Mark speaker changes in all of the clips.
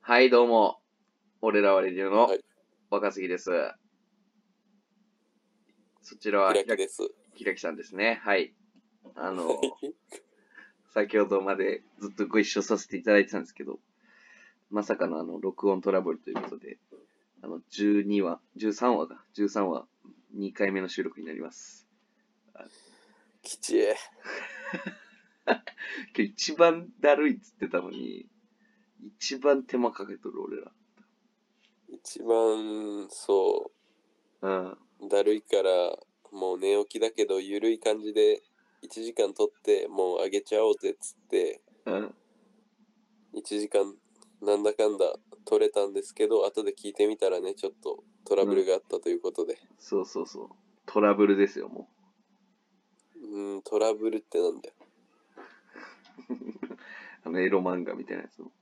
Speaker 1: はい、どうも。俺らはレディオの
Speaker 2: はい
Speaker 1: 若杉です。そちらは
Speaker 2: 開
Speaker 1: ひら
Speaker 2: き
Speaker 1: き
Speaker 2: です。
Speaker 1: ひらきさんですね。はい。あ の、
Speaker 2: は
Speaker 1: 先ほどまでずっとご一緒させていただいてたんですけど、まさかのあの、録音トラブルということで、あの、12話、13話が、13話、2回目の収録になります。
Speaker 2: いきちえ。
Speaker 1: 今日一番だるいっつってたのに、一番手間かけとる俺ら。
Speaker 2: 一番、そ
Speaker 1: うん。
Speaker 2: う、だるいから、もう寝起きだけど、ゆるい感じで、1時間撮って、もうあげちゃおうぜっつって、
Speaker 1: うん。
Speaker 2: 1時間、なんだかんだ撮れたんですけど、後で聞いてみたらね、ちょっとトラブルがあったということで。
Speaker 1: そうそうそう。トラブルですよ、もう。
Speaker 2: うん、トラブルってなんだよ。
Speaker 1: あの、エロ漫画みたいなやつの。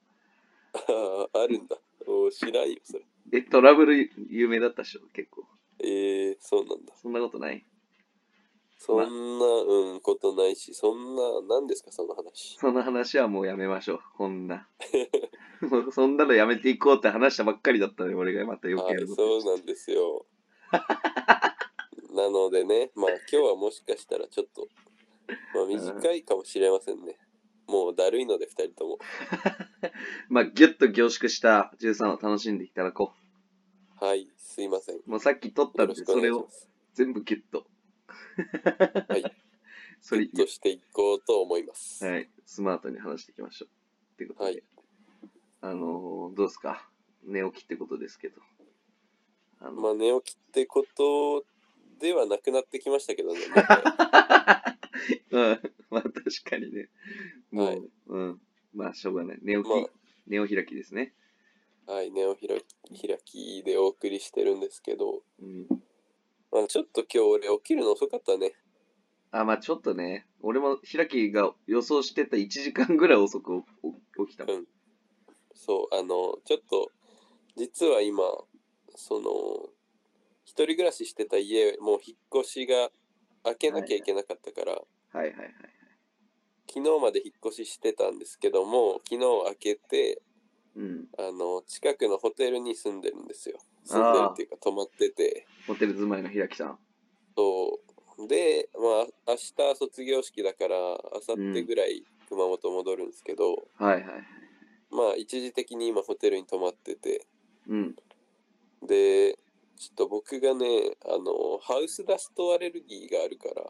Speaker 2: あ あ、あるんだ。おー知らんよ、それ。
Speaker 1: え、トラブル有名だったっしょ、結構。
Speaker 2: えー、そうなんだ。
Speaker 1: そんなことない
Speaker 2: そんな、うん、ことないし、そんな、何ですか、その話。
Speaker 1: その話はもうやめましょう、こんな。 もうそんなのやめていこうって話したばっかりだったのに、俺がまたよくやる
Speaker 2: はい
Speaker 1: ぞ。
Speaker 2: そうなんですよ なのでねまあ今日はもしかしたらちょっと、まあ、短いかもしれませんねもうだるいので2人とも
Speaker 1: まあ、ぎゅっと凝縮した13を楽しんでいただこ
Speaker 2: はいすいませんよ
Speaker 1: う。もうさっき撮ったん
Speaker 2: ろ
Speaker 1: で、
Speaker 2: しくお
Speaker 1: そ
Speaker 2: 願
Speaker 1: れ
Speaker 2: いし
Speaker 1: を
Speaker 2: ます
Speaker 1: 全部ぎゅっと。
Speaker 2: はい
Speaker 1: それ、
Speaker 2: としていこうと思います、
Speaker 1: はい、スマートに話していきましょう。ってことで、
Speaker 2: はい
Speaker 1: あのーどうですか寝起きってことですけど。あの
Speaker 2: まあ寝起きってことではなくなってきましたけ どねなんか
Speaker 1: うん、まあ確かにね。もう、
Speaker 2: はい
Speaker 1: うん。まあしょうがない。寝起き、
Speaker 2: ま
Speaker 1: 寝を開きですね。
Speaker 2: あはい寝をひろ開きでお送りしてるんですけど、
Speaker 1: うん。
Speaker 2: まあ、ちょっと今日俺起きるの遅かったね
Speaker 1: あ、まあちょっとね、俺も開きが予想してた1時間ぐらい遅くおお起きたもん。
Speaker 2: うんそう、あの、ちょっと、実は今、その、一人暮らししてた家、もう引っ越しが開けなきゃいけなかったから、
Speaker 1: はいはいはい。
Speaker 2: 昨日まで引っ越ししてたんですけども、昨日開けて、
Speaker 1: うん。
Speaker 2: あの、近くのホテルに住んでるんですよ。住んでるっていうか、泊まってて。
Speaker 1: ホテル住まいの開きさん。
Speaker 2: そう。で、まあ、明日卒業式だから、明後日ぐらい熊本戻るんですけど、
Speaker 1: はいはい。
Speaker 2: まあ、一時的に今ホテルに泊まってて、
Speaker 1: うん。
Speaker 2: で、ちょっと僕がね、あの、ハウスダストアレルギーがあるから、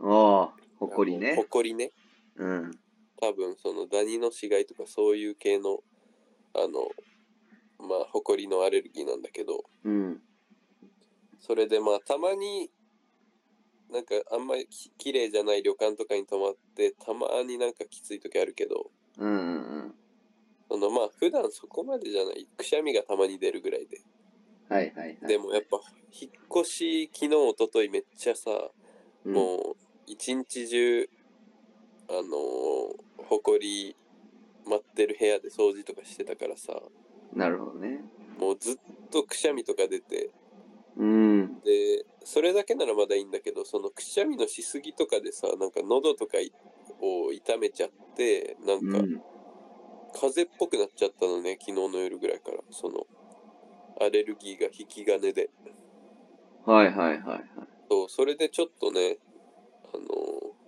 Speaker 1: ああ、ほこり
Speaker 2: あのほ
Speaker 1: ね。
Speaker 2: こりね、
Speaker 1: うん。
Speaker 2: 多分そのダニの死骸とかそういう系の、あの、まあ、ほこりのアレルギーなんだけど、
Speaker 1: うん。
Speaker 2: それでまあ、たまに、なんかあんまりき綺麗じゃない旅館とかに泊まって、たまになんかきつい時あるけど、
Speaker 1: うんうんうん。
Speaker 2: そのまあ、普段そこまでじゃない、くしゃみがたまに出るぐらいで。
Speaker 1: はいはいはい。
Speaker 2: でもやっぱ、引っ越し、昨日、一昨日めっちゃさ、
Speaker 1: うん、
Speaker 2: もう一日中あのー、ほこり舞ってる部屋で掃除とかしてたからさ
Speaker 1: なるほどね。
Speaker 2: もうずっとくしゃみとか出て
Speaker 1: うん。
Speaker 2: でそれだけならまだいいんだけどそのくしゃみのしすぎとかでさなんか喉とかいを痛めちゃってなん
Speaker 1: う
Speaker 2: か
Speaker 1: ん。
Speaker 2: 風邪っぽくなっちゃったのね昨日の夜ぐらいからそのアレルギーが引き金で
Speaker 1: はいはいはいはい。
Speaker 2: そうそれでちょっとねあのー、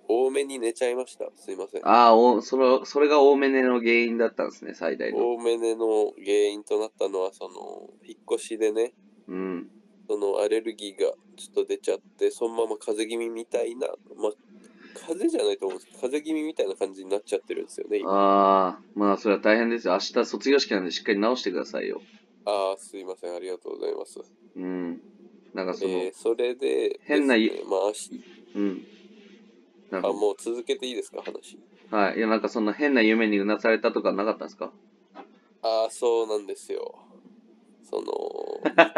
Speaker 2: 多めに寝ちゃいましたすいません
Speaker 1: ああ、おそれ、それが多め寝の原因だったんですね、最大の。
Speaker 2: 大めねの原因となったのはその引っ越しでね
Speaker 1: うん。
Speaker 2: そのアレルギーがちょっと出ちゃってそのまま風邪気味みたいな、まあ、風邪じゃないと思うんですけど風邪気味みたいな感じになっちゃってるんですよね今
Speaker 1: あ
Speaker 2: あ
Speaker 1: あ、まあ、それは大変ですよ。明日卒業式なんでしっかり直してくださいよ。
Speaker 2: あーすいませんありがとうございます
Speaker 1: うん。なんかその、
Speaker 2: えー、それで
Speaker 1: 変な
Speaker 2: で
Speaker 1: い
Speaker 2: すねまあ明日
Speaker 1: うん。な
Speaker 2: あ
Speaker 1: るほ
Speaker 2: もう続けていいですか話
Speaker 1: ど。はい。いや、なんかそんな変な夢にうなされたとかなかったんですか
Speaker 2: ああそうなんですよその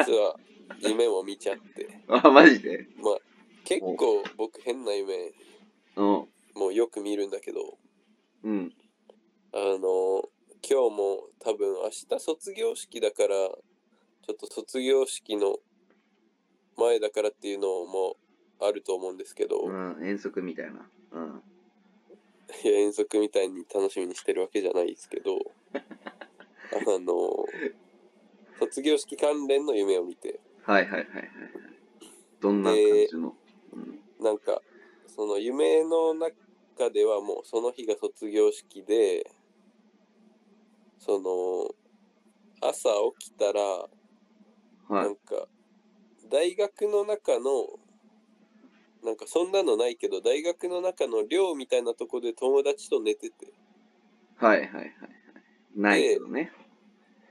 Speaker 2: 実は 夢も見ちゃって
Speaker 1: あ、マジで
Speaker 2: まあ結構僕変な夢
Speaker 1: うん。
Speaker 2: もうよく見るんだけど
Speaker 1: うん。
Speaker 2: あの今日も多分明日卒業式だからちょっと卒業式の前だからっていうのもあると思うんですけど、
Speaker 1: うん。遠足みたいな。うん。
Speaker 2: いや遠足みたいに楽しみにしてるわけじゃないですけどああの、卒業式関連の夢を見て、
Speaker 1: はいはいはいはいはい。どんな感じの。うん
Speaker 2: なんか、その夢の中ではもうその日が卒業式で、その、朝起きたら、
Speaker 1: はい
Speaker 2: な。んか、大学の中の、なんかそんなのないけど、大学の中の寮みたいなとこで友達と寝てて、
Speaker 1: はいはいはいはい。ないけどね。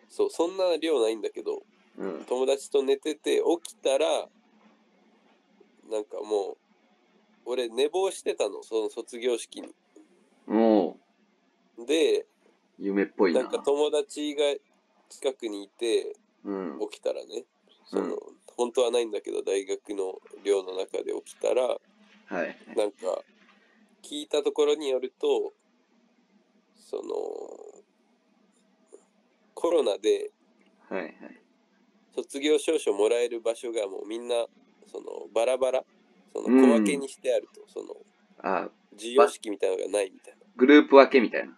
Speaker 2: そう、そんな寮ないんだけど、
Speaker 1: うん。
Speaker 2: 友達と寝てて起きたらなんかもう俺寝坊してたのその卒業式に
Speaker 1: おう
Speaker 2: で
Speaker 1: 夢っぽいな。
Speaker 2: なんか友達が近くにいて
Speaker 1: うん。
Speaker 2: 起きたらねそ
Speaker 1: うん
Speaker 2: の本当はないんだけど大学の寮の中で起きたら
Speaker 1: はい。
Speaker 2: なんか聞いたところによるとそのコロナで
Speaker 1: はいはい。
Speaker 2: 卒業証書もらえる場所がもうみんなそのバラバラその
Speaker 1: うん
Speaker 2: 小分けにしてあると、その
Speaker 1: あ、
Speaker 2: 授与式みたいなのがないみたいな
Speaker 1: グループ分けみたいな。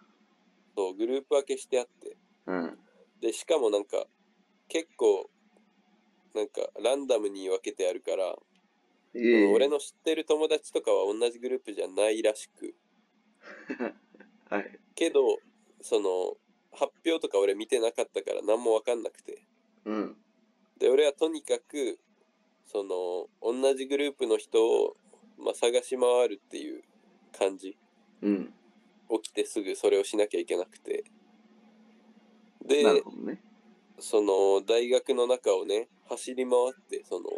Speaker 2: そうグループ分けしてあって
Speaker 1: うん。
Speaker 2: でしかもなんか結構なんかランダムに分けてあるから、
Speaker 1: ええ
Speaker 2: 俺の知ってる友達とかは同じグループじゃないらしく
Speaker 1: はい。
Speaker 2: けどその発表とか俺見てなかったから何も分かんなくて
Speaker 1: うん。
Speaker 2: で俺はとにかくその同じグループの人を、まあ、探し回るっていう感じ
Speaker 1: うん。
Speaker 2: 起きてすぐそれをしなきゃいけなくてで
Speaker 1: なるほどね。
Speaker 2: その大学の中をね走り回ってその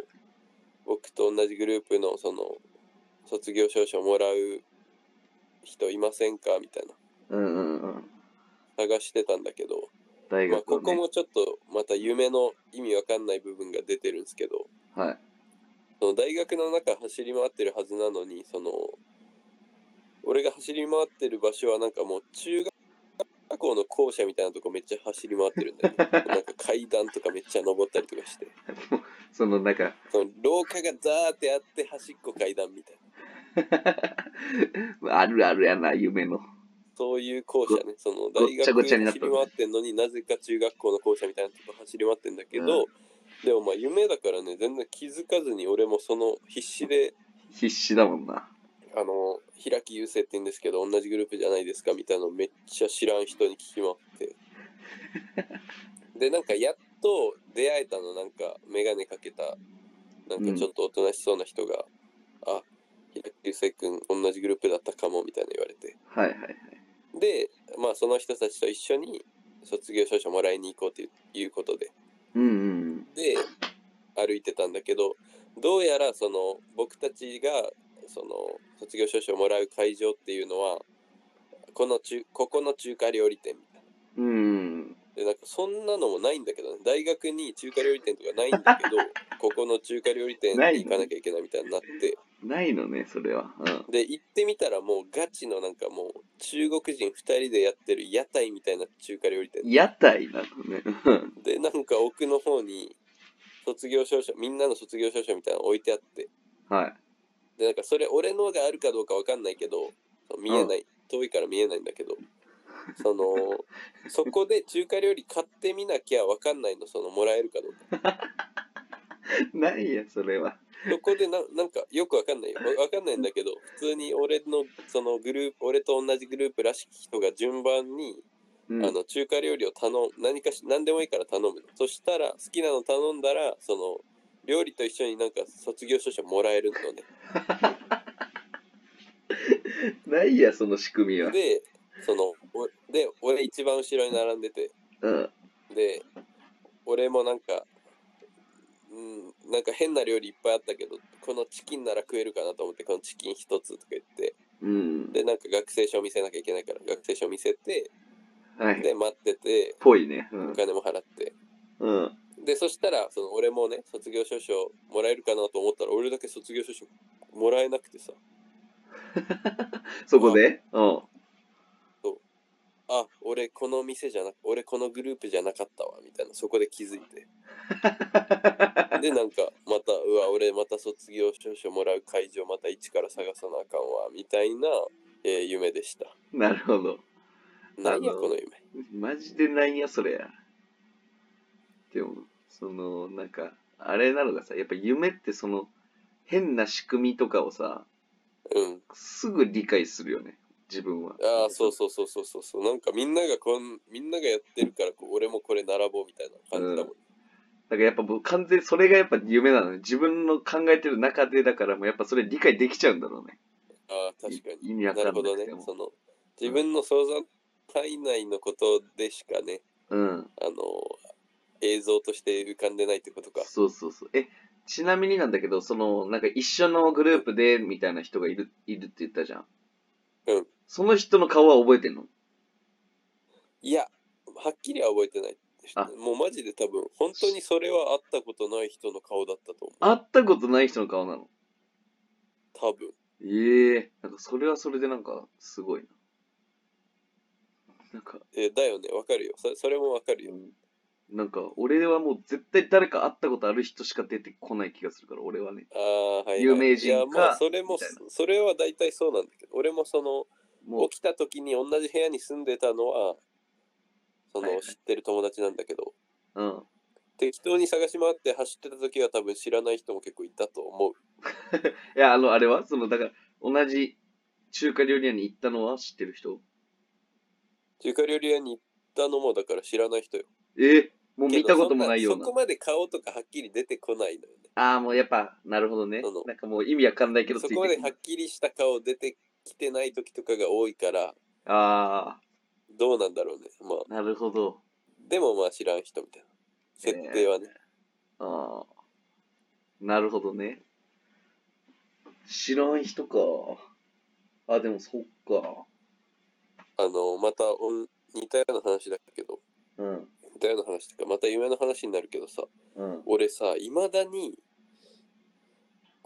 Speaker 2: 僕と同じグループのその卒業証書もらう人いませんかみたいな
Speaker 1: うんうんうん。
Speaker 2: 探してたんだけど、
Speaker 1: 大
Speaker 2: まあ、
Speaker 1: 学の、
Speaker 2: こ
Speaker 1: ね。
Speaker 2: こもちょっとまた夢の意味わかんない部分が出てるんですけど
Speaker 1: はい。
Speaker 2: その大学の中走り回ってるはずなのにその俺が走り回ってる場所はなんかもう中学校の校舎みたいなとこめっちゃ走り回ってるん だよ、ね、なんか階段とかめっちゃ登ったりとかして
Speaker 1: そのなんか、
Speaker 2: その廊下がザーってあって端っこ階段みたい な
Speaker 1: あるあるやな、夢の。
Speaker 2: そういう校舎ねその
Speaker 1: ご
Speaker 2: 大
Speaker 1: っちゃ
Speaker 2: 学
Speaker 1: ごっちゃになっ
Speaker 2: 走
Speaker 1: た
Speaker 2: り回ってんのになぜか中学校の校舎みたいなとこ走り回ってんだけど、
Speaker 1: う
Speaker 2: でもまあ夢だからね全然気づかずに俺もその必死で
Speaker 1: 必死だもんな。
Speaker 2: あの平木雄星って言うんですけど同じグループじゃないですかみたいなのめっちゃ知らん人に聞きま ってでなんかやっと出会えたのなんか眼鏡かけたなんかちょっとおとなしそうな人が「あ平木雄星君同じグループだったかも」みたいな言われて
Speaker 1: はいはいはい。
Speaker 2: でまあその人たちと一緒に卒業証書もらいに行こうといういうことで
Speaker 1: うんうん
Speaker 2: で歩いてたんだけどどうやらその僕たちがその卒業証書をもらう会場っていうのはこの中ここの中華料理店みたいな
Speaker 1: うん。うん。
Speaker 2: でなんかそんなのもないんだけどね大学に中華料理店とかないんだけど ここの中華料理店に行かなきゃいけないみたいになって
Speaker 1: ないのね、それは。うん。
Speaker 2: で行ってみたらもうガチのなんかもう中国人2人でやってる屋台みたいな中華料理店
Speaker 1: 屋台なのね。うん
Speaker 2: でなんか奥の方に卒業証書みんなの卒業証書みたいなの置いてあって
Speaker 1: はい。
Speaker 2: でなんかそれ俺のがあるかどうかわかんないけどその見えない、遠いから見えないんだけどそのそこで中華料理買ってみなきゃわかんないのそのもらえるかどうか
Speaker 1: ないや、それは。
Speaker 2: そこでななんかよくわかんないよわわかんないんだけど普通に俺のそのグループ俺と同じグループらしき人が順番に、
Speaker 1: うん。
Speaker 2: あの中華料理を頼む何かし何でもいいから頼むのそしたら好きなの頼んだらその料理と一緒になんか卒業証書もらえるのね
Speaker 1: ないや、その仕組みは。
Speaker 2: でそのおで俺一番後ろに並んでて
Speaker 1: うん。
Speaker 2: で俺もなんかうんなんか変な料理いっぱいあったけどこのチキンなら食えるかなと思ってこのチキン一つとか言って
Speaker 1: うん。
Speaker 2: でなんか学生証見せなきゃいけないから学生証見せて
Speaker 1: はい。
Speaker 2: で待ってて
Speaker 1: ぽいね。う
Speaker 2: お
Speaker 1: ん。
Speaker 2: 金も払って
Speaker 1: うん。
Speaker 2: でそしたらその俺もね卒業証書もらえるかなと思ったら俺だけ卒業証書もらえなくてさ
Speaker 1: そこでうん。
Speaker 2: あ俺この店じゃな俺このグループじゃなかったわみたいなそこで気づ いてでなんかまたうわ俺また卒業証書もらう会場また一から探さなあかんわみたいな、えー夢でした
Speaker 1: なるほど。
Speaker 2: 何や
Speaker 1: あの
Speaker 2: この夢
Speaker 1: マジでないや、それや。でも、その、なんか、あれなのがさ、やっぱ夢ってその、変な仕組みとかをさ、
Speaker 2: うん。
Speaker 1: すぐ理解するよね、自分は。
Speaker 2: ああ、そうそうそうそうそうそう。なんかみんながこん、みんながやってるからこう、俺もこれ並ぼうみたいな感じだも
Speaker 1: だ
Speaker 2: ん。
Speaker 1: からやっぱもう完全にそれがやっぱ夢なのね。自分の考えてる中でだからもうやっぱそれ理解できちゃうんだろうね。
Speaker 2: ああ、確かに。
Speaker 1: 意味わ
Speaker 2: な
Speaker 1: か
Speaker 2: る
Speaker 1: んな
Speaker 2: ほど
Speaker 1: く
Speaker 2: ね
Speaker 1: て。も。
Speaker 2: その、自分の想像体内のことでしかね、
Speaker 1: うん。
Speaker 2: あの、映像として浮かんでないってことか。
Speaker 1: そうそうそう。え、ちなみになんだけど、その、なんか一緒のグループでみたいな人がいる、いるって言ったじゃん。
Speaker 2: うん。
Speaker 1: その人の顔は覚えてんの
Speaker 2: いや、はっきりは覚えてない
Speaker 1: あ。
Speaker 2: もうマジで多分、本当にそれは会ったことない人の顔だったと思う。
Speaker 1: 会ったことない人の顔なの。
Speaker 2: 多分。
Speaker 1: ええなんかそれはそれでなんかすごいな。なんか、
Speaker 2: えーだよね、わかるよ。そそれもわかる
Speaker 1: う
Speaker 2: よ。
Speaker 1: んなんか俺はもう絶対誰か会ったことある人しか出てこない気がするから、俺はね。
Speaker 2: ああ、はい、はい。
Speaker 1: 有名人
Speaker 2: いや、
Speaker 1: か
Speaker 2: まあ、それも
Speaker 1: みたいな、
Speaker 2: それは大体そうなんだけど、俺もその、
Speaker 1: もう、
Speaker 2: 起きた時に同じ部屋に住んでたのは、そ
Speaker 1: はいは
Speaker 2: の、
Speaker 1: い
Speaker 2: 知ってる友達なんだけど、
Speaker 1: うん。
Speaker 2: 適当に探し回って走ってた時は多分知らない人も結構いたと思う。
Speaker 1: いや、あの、あれはその、だから、同じ中華料理屋に行ったのは知ってる人
Speaker 2: 中華料理屋に行ったのも、だから知らない人よ。
Speaker 1: ええもう 見たこともないよう
Speaker 2: けどそん
Speaker 1: な
Speaker 2: そ。こまで顔とかはっきり出てこないのよね。
Speaker 1: ああ、もうやっぱ、なるほどね
Speaker 2: その。
Speaker 1: なんかもう意味わかんないけどつい
Speaker 2: そ
Speaker 1: て
Speaker 2: こま
Speaker 1: く
Speaker 2: で
Speaker 1: る
Speaker 2: はっきりした顔出てきてない時とかが多いから、
Speaker 1: あ
Speaker 2: どうなんだろうね。まあ、
Speaker 1: あ、なるほど。
Speaker 2: でもまあ知らん人みたいな。設定はね。
Speaker 1: ああ、なるほどね。知らん人か。あ、でもそっか。
Speaker 2: あの、またおん似たような話だけど、
Speaker 1: うん、
Speaker 2: 似たような話とか、また夢の話になるけどさ、
Speaker 1: うん。
Speaker 2: 俺さ、いまだに、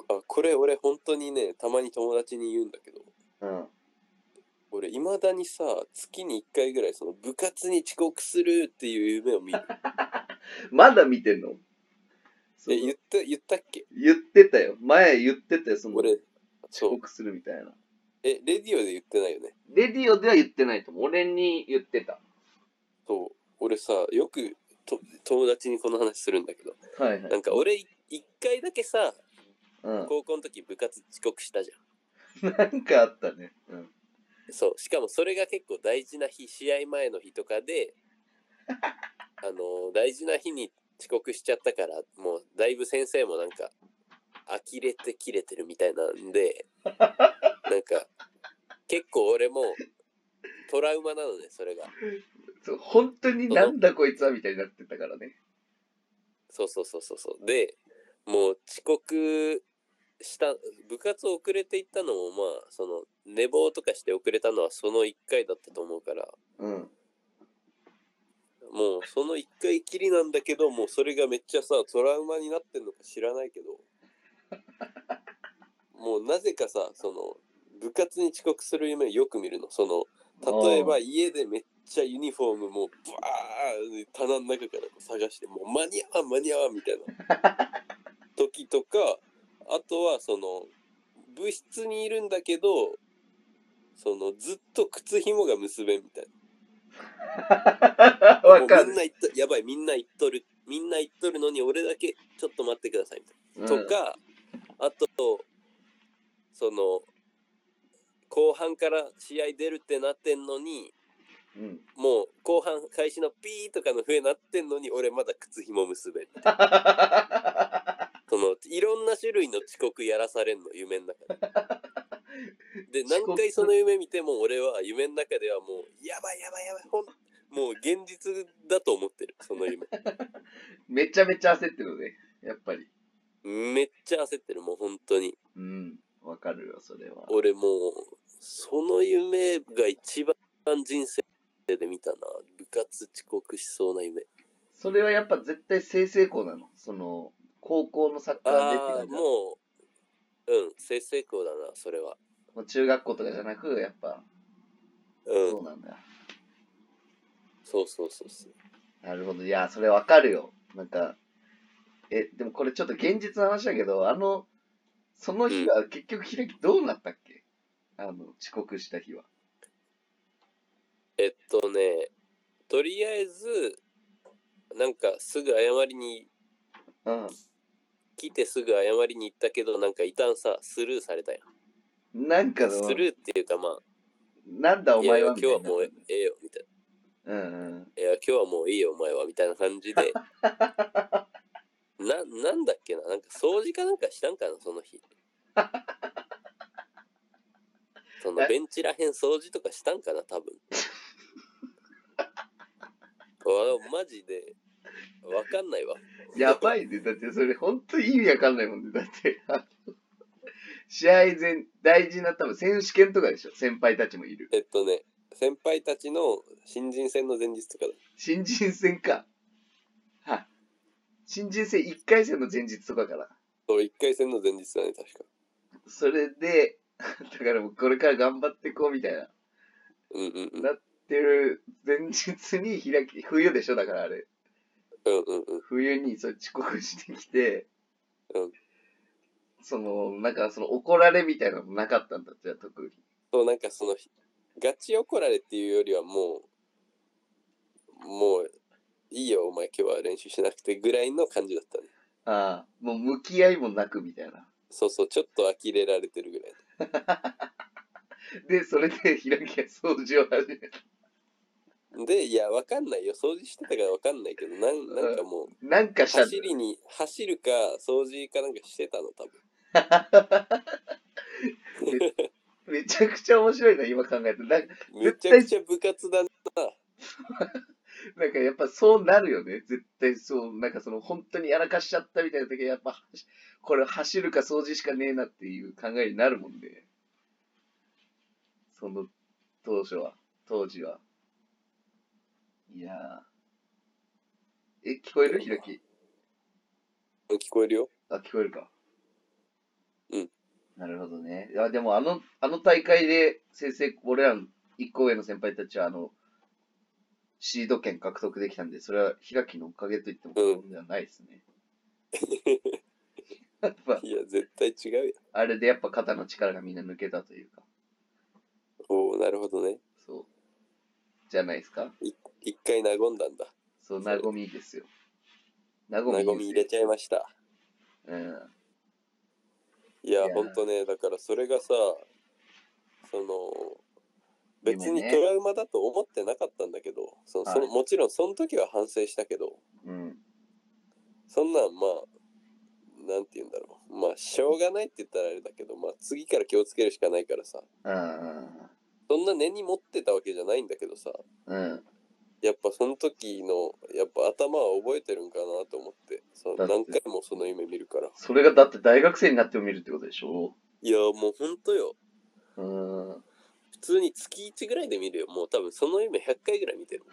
Speaker 2: あ、これ俺本当にね、たまに友達に言うんだけど、
Speaker 1: うん。
Speaker 2: 俺いまだにさ、月に1回ぐらいその部活に遅刻するっていう夢 を見る。
Speaker 1: まだ見てんのそう
Speaker 2: え、言った、言ったっけ
Speaker 1: 言ってたよ。前言ってたよ、その、
Speaker 2: 俺
Speaker 1: 遅、
Speaker 2: そう。
Speaker 1: 刻するみたいな。
Speaker 2: え、レディオで言ってないよね。
Speaker 1: レディオでは言ってないと思う。俺に言ってた。
Speaker 2: そう。俺さ、よくと友達にこの話するんだけど、
Speaker 1: はいは。
Speaker 2: ないんか俺い一回だけさ、
Speaker 1: うん。
Speaker 2: 高校の時部活遅刻したじゃ
Speaker 1: なんかあったね。うん。
Speaker 2: ん。そう。しかもそれが結構大事な日、試合前の日とかで、あの、大事な日に遅刻しちゃったから、もうだいぶ先生もなんか、呆れて切れてるみたいなんで、なんか、結構俺もトラウマなのね、それが。
Speaker 1: そう本当になんだこいつはみたいになってたからね。
Speaker 2: そうそうそうそうそう。で、もう遅刻した、部活遅れていったのも、まあ、その、寝坊とかして遅れたのはその1回だったと思うから、
Speaker 1: うん。
Speaker 2: もうその1回きりなんだけど、もうそれがめっちゃさ、トラウマになってんのか知らないけど、もうなぜかさ、その、部活に遅刻する夢よく見るの。その、例えば家でめっちゃユニフォームもうバーッ棚の中からこう探してもう間に合わん間に合わんみたいな時とかあとはその部室にいるんだけどそのずっと靴紐が結べんみたいな
Speaker 1: わか
Speaker 2: もうみん
Speaker 1: る。
Speaker 2: な行っとやばいみんな行っとるみんな行っとるのに俺だけちょっと待ってくださいみたいなとか、あと、その、後半から試合出るってなってんのに、
Speaker 1: うん。うん。
Speaker 2: もう後半開始のピーとかの笛なってんのに、俺まだ靴紐結べる。その、いろんな種類の遅刻やらされんの、夢の中で。で、
Speaker 1: 遅刻
Speaker 2: 何回その夢見ても俺は夢の中ではもう、やばいやばいやばい、ほん、もう現実だと思ってる、その夢。
Speaker 1: めちゃめちゃ焦ってるね。やっぱり。
Speaker 2: めっちゃ焦ってる、もう本当に。
Speaker 1: うん。わかるよ、それは。
Speaker 2: 俺もうその夢が一番人生で見たな部活遅刻しそうな夢
Speaker 1: それはやっぱ絶対正々校なの。その、高校のサッカーでって
Speaker 2: ああ
Speaker 1: 感じだ
Speaker 2: もううん正々校だなそれは
Speaker 1: もう中学校とかじゃなく、やっぱ、
Speaker 2: うん
Speaker 1: そうなんだ。
Speaker 2: そうそうそうそう
Speaker 1: なるほど。いや、それわかるよ。なんか、え、でもこれちょっと現実の話だけど、あの、その日は結局、ひらきどうなったっけあの、遅刻した日は。
Speaker 2: えっとねとりあえずなんかすぐ謝りに
Speaker 1: うん。
Speaker 2: 来てすぐ謝りに行ったけどなんか一旦さスルーされたやん
Speaker 1: なんかの
Speaker 2: ス、ルーっていうかま
Speaker 1: なんだ
Speaker 2: あ
Speaker 1: お
Speaker 2: いやい
Speaker 1: 前
Speaker 2: や
Speaker 1: は
Speaker 2: 今
Speaker 1: みたい
Speaker 2: 日は
Speaker 1: な。
Speaker 2: もうええよみたい
Speaker 1: うんうん。
Speaker 2: ないや今日はもういいよお前はみたいな感じでななんだっけななんか掃除かなんかしたんかなその日そのベンチらへん掃除とかしたんかな多分わマジでわかんないわ
Speaker 1: やばいね。だってそれ本当に意味わかんないもんね。だって、あの試合前、大事な多分選手権とかでしょ。先輩たちもいる。
Speaker 2: えっとね、先輩たちの新人戦の前日とかだ。
Speaker 1: 新人戦か。はい。新人戦1回戦の前日とかから。
Speaker 2: そう、1回戦の前日だね、確か。
Speaker 1: それで、 だからもうこれから頑張ってこうみたいな。っ
Speaker 2: うんうんうん。
Speaker 1: なていう前日に開き、冬でしょだからあれ。
Speaker 2: うんうんうん。
Speaker 1: 冬にそれ遅刻してきて、
Speaker 2: うん
Speaker 1: その、なんかその怒られみたいなのもなかったんだじゃあ特に。
Speaker 2: そう、なんかその、ガチ怒られっていうよりはもう、もう、いいよ、お前今日は練習しなくてぐらいの感じだったね。
Speaker 1: ああ、もう向き合いもなくみたいな。
Speaker 2: そうそう、ちょっと呆れられてるぐらい。
Speaker 1: で、それで 開きが掃除を始めた。
Speaker 2: で、いや、わかんないよ。掃除してたからわかんないけど、なんなんかもう、
Speaker 1: なんかしたんだ
Speaker 2: 走りに、走るか、掃除かなんかしてたの、多分。
Speaker 1: めちゃくちゃ面白いな、今考えて。なんか
Speaker 2: めちゃくちゃ部活だね
Speaker 1: なんかやっぱそうなるよね。絶対そう。なんかその本当にやらかしちゃったみたいな時はやっぱ、これ走るか掃除しかねえなっていう考えになるもんで。その当初は、当時は。いやー。え、聞こえるひろき。
Speaker 2: 聞こえるよ。
Speaker 1: あ、聞こえるか。
Speaker 2: うん。
Speaker 1: なるほどね。いや、でもあの、あの大会で先生、俺らの一校上の先輩たちは、あの、シード権獲得できたんで、それは開きのおかげと言っても過言ではないです ね。やっぱ、
Speaker 2: いや、絶対違うよ。
Speaker 1: あれでやっぱ肩の力がみんな抜けたというか、
Speaker 2: おおなるほどね。
Speaker 1: そう。じゃないですか。
Speaker 2: 一回和んだんだ。
Speaker 1: そう、なごみですよ。なご
Speaker 2: 和
Speaker 1: みですよ。
Speaker 2: み入れちゃいました。
Speaker 1: うん。
Speaker 2: いや
Speaker 1: いやー、
Speaker 2: ほんとね、だからそれがさ、その、
Speaker 1: でも
Speaker 2: 別
Speaker 1: ね
Speaker 2: にトラウマだと思ってなかったんだけど、そのそ
Speaker 1: は
Speaker 2: の
Speaker 1: い
Speaker 2: もちろんその時は反省したけど、
Speaker 1: うん。
Speaker 2: そんなんまあ、なんて言うんだろう。まあ、しょうがないって言ったらあれだけど、まあ、次から気をつけるしかないからさ、
Speaker 1: うん。
Speaker 2: そんな根に持ってたわけじゃないんだけどさ、
Speaker 1: うん。
Speaker 2: やっぱその時のやっぱ頭は覚えてるんかなと思ってその
Speaker 1: だって
Speaker 2: 何回もその夢見るから
Speaker 1: それがだって大学生になっても見るってことでしょ
Speaker 2: いやもうほんとよ
Speaker 1: うん。
Speaker 2: 普通に月1ぐらいで見るよもう多分その夢100回ぐらい 見てる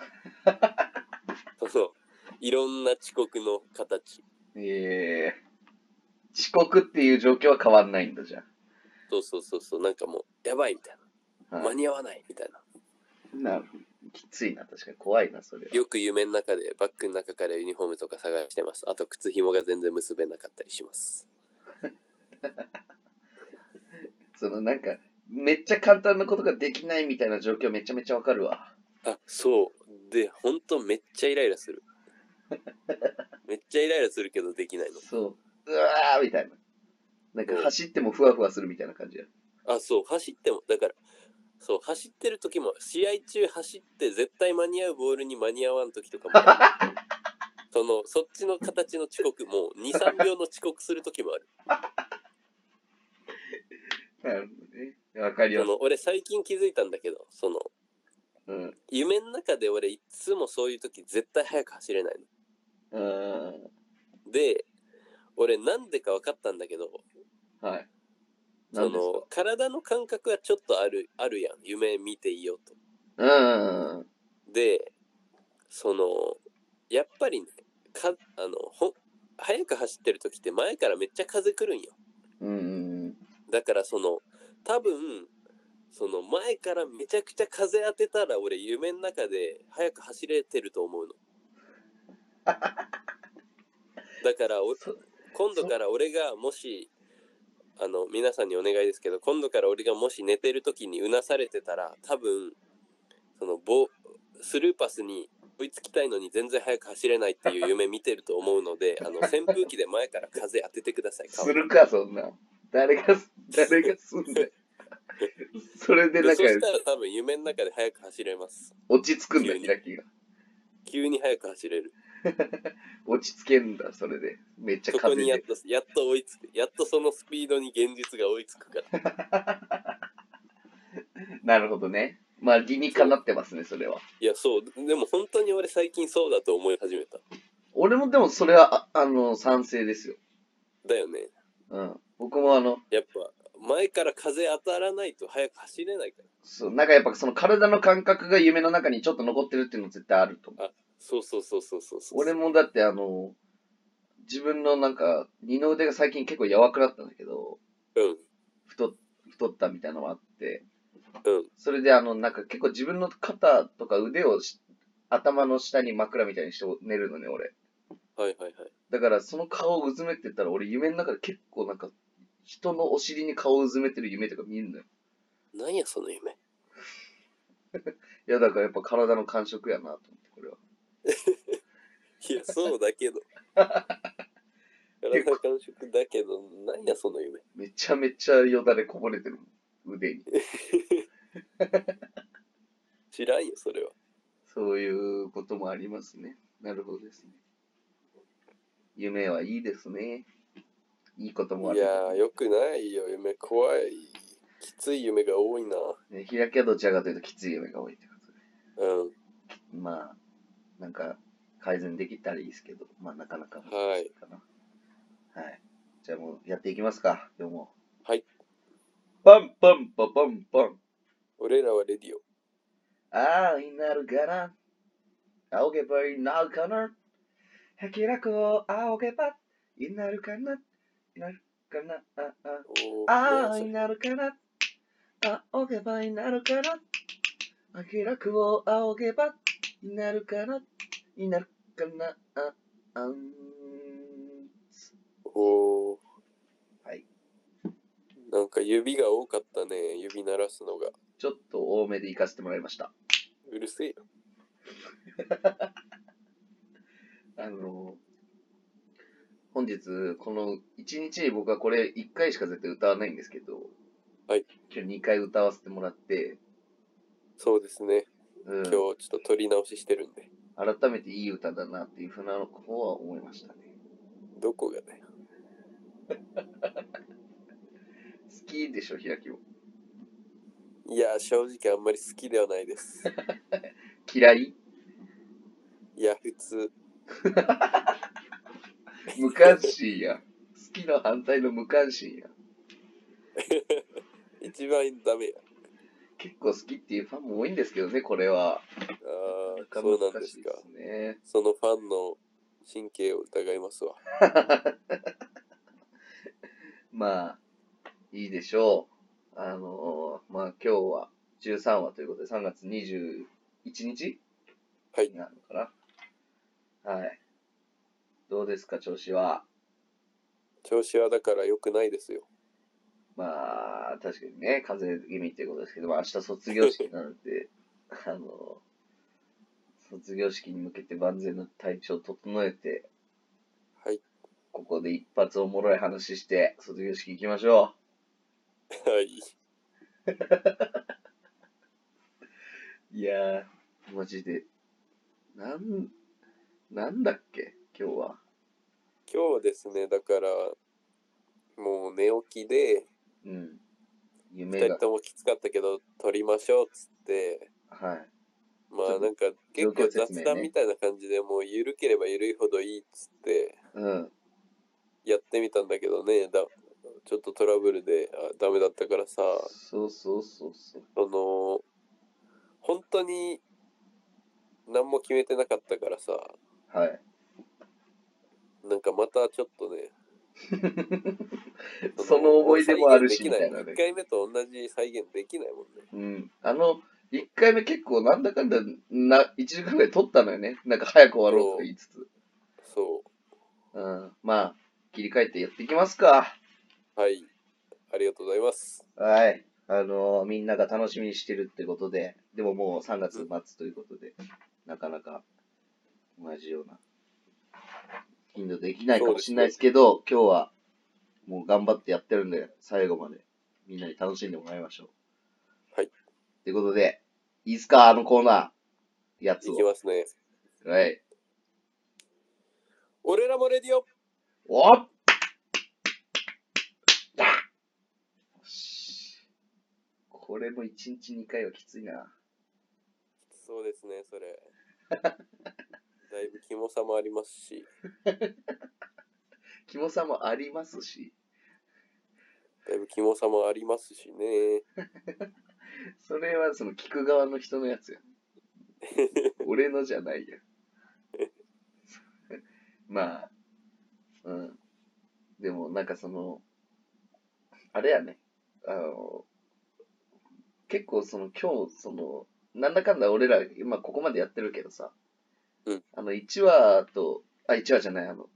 Speaker 2: そのいろんな遅刻の形
Speaker 1: ええ遅刻っていう状況は変わんないんだじゃ
Speaker 2: そうそうそうそうなんかもうやばいみたい
Speaker 1: あ。
Speaker 2: な
Speaker 1: は
Speaker 2: 間
Speaker 1: い
Speaker 2: に合わないみたいな
Speaker 1: なるほどきついな、確かに怖いな、それは。
Speaker 2: よく夢の中でバッグの中からユニフォームとか探してますあと靴紐が全然結べなかったりします
Speaker 1: そのなんか、めっちゃ簡単なことができないみたいな状況めちゃめちゃわかるわ。
Speaker 2: あそうでほんとめっちゃイライラ するめっちゃイライラするけどできないの
Speaker 1: そう。うわーみたいな。なんか走ってもふわふわするみたいな感じや。
Speaker 2: あそう走ってもだからそう走ってる時も試合中走って絶対間に合うボールに間に合わん時とかもあ るそのそっちの形の遅刻もう23秒の遅刻する時もある
Speaker 1: なるほどね。わかり
Speaker 2: そ
Speaker 1: ます。
Speaker 2: の俺最近気づいたんだけどその
Speaker 1: うん。
Speaker 2: 夢の中で俺いつもそういう時絶対早く走れない
Speaker 1: うん。
Speaker 2: ので俺なんでか分かったんだけど
Speaker 1: はい。
Speaker 2: そ
Speaker 1: なんですか
Speaker 2: の体の感覚はちょっとあるあるやん夢見ていようと
Speaker 1: うん。
Speaker 2: でそのやっぱりねかあのほ早く走ってる時って前からめっちゃ風来るんよ
Speaker 1: うん。
Speaker 2: だからその多分その前からめちゃくちゃ風当てたら俺夢の中で早く走れてると思うのだからお
Speaker 1: そ
Speaker 2: 今度から俺がもしあの皆さんにお願いですけど今度から俺がもし寝てる時にうなされてたら多分そのボスルーパスに追いつきたいのに全然早く走れないっていう夢見てると思うのであの扇風機で前から風当ててください
Speaker 1: するか、そんな。誰が、誰がすんだよ それで
Speaker 2: で
Speaker 1: なんか
Speaker 2: そ、したら多分夢の中で早く走れます
Speaker 1: 落ち着くんだ、キラキが。
Speaker 2: 急に早く走れる
Speaker 1: 落ち着けんだ、それで。めっちゃ
Speaker 2: そこ
Speaker 1: 風
Speaker 2: にやっ
Speaker 1: で。
Speaker 2: とやっと追いつくやっとそのスピードに現実が追いつくから
Speaker 1: なるほどね。まあ、理にかなってますね、それは。
Speaker 2: いやそうでも本当に俺最近そうだと思い始めた
Speaker 1: 俺もでも、それは、ああの、賛成ですよ。
Speaker 2: だよね
Speaker 1: うん。僕もあの、
Speaker 2: やっぱ前から風当たらないと早く走れないから
Speaker 1: そう、なんかやっぱその体の感覚が夢の中にちょっと残ってるっていうの絶対あると思う。
Speaker 2: そうそうそうそうそうそう
Speaker 1: 俺もだってあの、自分のなんか、二の腕が最近結構柔くなったんだけど、
Speaker 2: うん
Speaker 1: 太っ太ったみたいなのもあって、
Speaker 2: うん
Speaker 1: それであの、なんか結構自分の肩とか腕をし頭の下に枕みたいにして寝るのね、俺。
Speaker 2: はいはいはい
Speaker 1: だからその顔をうずめてたら、俺夢の中で結構なんか、人のお尻に顔をうずめてる夢とか見るのよ。
Speaker 2: なんやその夢
Speaker 1: いや、だからやっぱ体の感触やなと思って、これは。
Speaker 2: いや、そうだけど。 体感触だけど、なんやその夢。
Speaker 1: めちゃめちゃよだれこぼれてるもん腕に。
Speaker 2: 知らんよ、それは。
Speaker 1: そういうこともありますね。なるほどですね。夢はいいですね。いいこともあ
Speaker 2: い
Speaker 1: る。
Speaker 2: やー、よくないよ、夢怖い。きつい夢が多いな。
Speaker 1: ね、開きはどちらかというときつい夢が多いってことで。
Speaker 2: うん。
Speaker 1: まあ、なんか改善できたらいいですけど、まあなかなか難しいかな。はい。じゃあもうやっていきますか。今日も。
Speaker 2: はい。
Speaker 1: パンパンパパンパン。
Speaker 2: 俺らはレディオ。
Speaker 1: ああ、になるから、仰げばいいなるかな。はきらこを仰げば、いなるかな。いなるかな。あ
Speaker 2: おー
Speaker 1: あ、ああ、
Speaker 2: ね
Speaker 1: いなるかな。仰げばいなるかな。はきらこを仰げば、いなるかな。いなるかな。あ、あん。
Speaker 2: それおー
Speaker 1: はい。
Speaker 2: なんか指が多かったね、指鳴らすのが。
Speaker 1: ちょっと多めで行かせてもらいました。
Speaker 2: うるせえよ。
Speaker 1: あの、本日、この1日に僕はこれ1回しか絶対歌わないんですけど、
Speaker 2: はい。
Speaker 1: 今日2回歌わせてもらって、
Speaker 2: そうですね。
Speaker 1: うん
Speaker 2: 今日、ちょっと撮り直ししてるんで。
Speaker 1: 改めていい歌だなっていうふうなの方は思いましたね。
Speaker 2: どこがだよ。
Speaker 1: 好きでしょ、開きも。
Speaker 2: いやー、正直あんまり好きではな いです。
Speaker 1: 嫌い
Speaker 2: いや、普通。
Speaker 1: 無関心や。好きの反対の無関心や。
Speaker 2: 一番ダメよ。
Speaker 1: 結構好きっていうファンも多いんですけどね、これは。
Speaker 2: あ
Speaker 1: な
Speaker 2: あ、
Speaker 1: か
Speaker 2: そ
Speaker 1: な
Speaker 2: うなん
Speaker 1: か
Speaker 2: で
Speaker 1: 難し
Speaker 2: す
Speaker 1: い
Speaker 2: か
Speaker 1: で。すね。
Speaker 2: そのファンの神経を疑いますわ。
Speaker 1: まあ、いいでしょう。あのーまあ今日は13話ということで、3月21日
Speaker 2: はい
Speaker 1: なのかな。はい。どうですか、調子は。
Speaker 2: 調子はだから良くないですよ。
Speaker 1: まあ、確かにね、風邪気味っていうことですけど、まあ明日卒業式なので、 あのー卒業式に向けて万全の体調を整えて、
Speaker 2: はい。
Speaker 1: ここで一発おもろい話して、卒業式行きましょう。
Speaker 2: はい。
Speaker 1: いやー、マジで。なん、なんだっけ今日は。
Speaker 2: 今日はですね、だから、もう寝起きで、
Speaker 1: うん。
Speaker 2: 二
Speaker 1: 夢
Speaker 2: 人
Speaker 1: が。
Speaker 2: ともきつかったけど、撮りましょうっつって、
Speaker 1: はい。
Speaker 2: まあなんか結
Speaker 1: 状
Speaker 2: 構
Speaker 1: 況説明ね
Speaker 2: 雑談みたいな感じでもう緩ければ緩いほどいいっつって、
Speaker 1: うん。
Speaker 2: やってみたんだけどね、だちょっとトラブルであダメだったからさ、
Speaker 1: そうそうそうそう。
Speaker 2: その、本当に何も決めてなかったからさ、
Speaker 1: はい。
Speaker 2: なんかまたちょっと ね、
Speaker 1: その思い出もあるし、み
Speaker 2: 再現
Speaker 1: た
Speaker 2: で
Speaker 1: いないね
Speaker 2: きな。1。回目と同じ再現できないもんね。
Speaker 1: うん。あの、1回目結構なんだかんだ、な、1時間ぐらい撮ったのよね。なんか早く終わろうとか言いつつ。
Speaker 2: そ
Speaker 1: うん。まあ、切り替えてやっていきますか。
Speaker 2: う。はい。ありがとうございます。
Speaker 1: はい。あのーみんなが楽しみにしてるってことで、でももう3月末ということで、なかなか同じような頻度できないかもしれないですけど、今日はもう頑張ってやってるんで、最後までみんなに楽しんでもらいましょう。
Speaker 2: はい。
Speaker 1: ということで、いいっすかあのコーナー、やつ
Speaker 2: いき
Speaker 1: を。
Speaker 2: ますね。
Speaker 1: はい。
Speaker 2: 俺らもレディオ
Speaker 1: おっよしこれも1日2回はきついな。
Speaker 2: そうですね、それ。だいぶキモさもありますし、
Speaker 1: キモさもありますし、
Speaker 2: だいぶキモさもありますしね。
Speaker 1: それはその聞く側の人のやつや。 俺のじゃないや。まあ、うん。でもなんかその、あれやね、あの、結構その今日、その、なんだかんだ俺ら、今ここまでやってるけどさ、
Speaker 2: うん
Speaker 1: あの1話と、あ、1話じゃない、あの、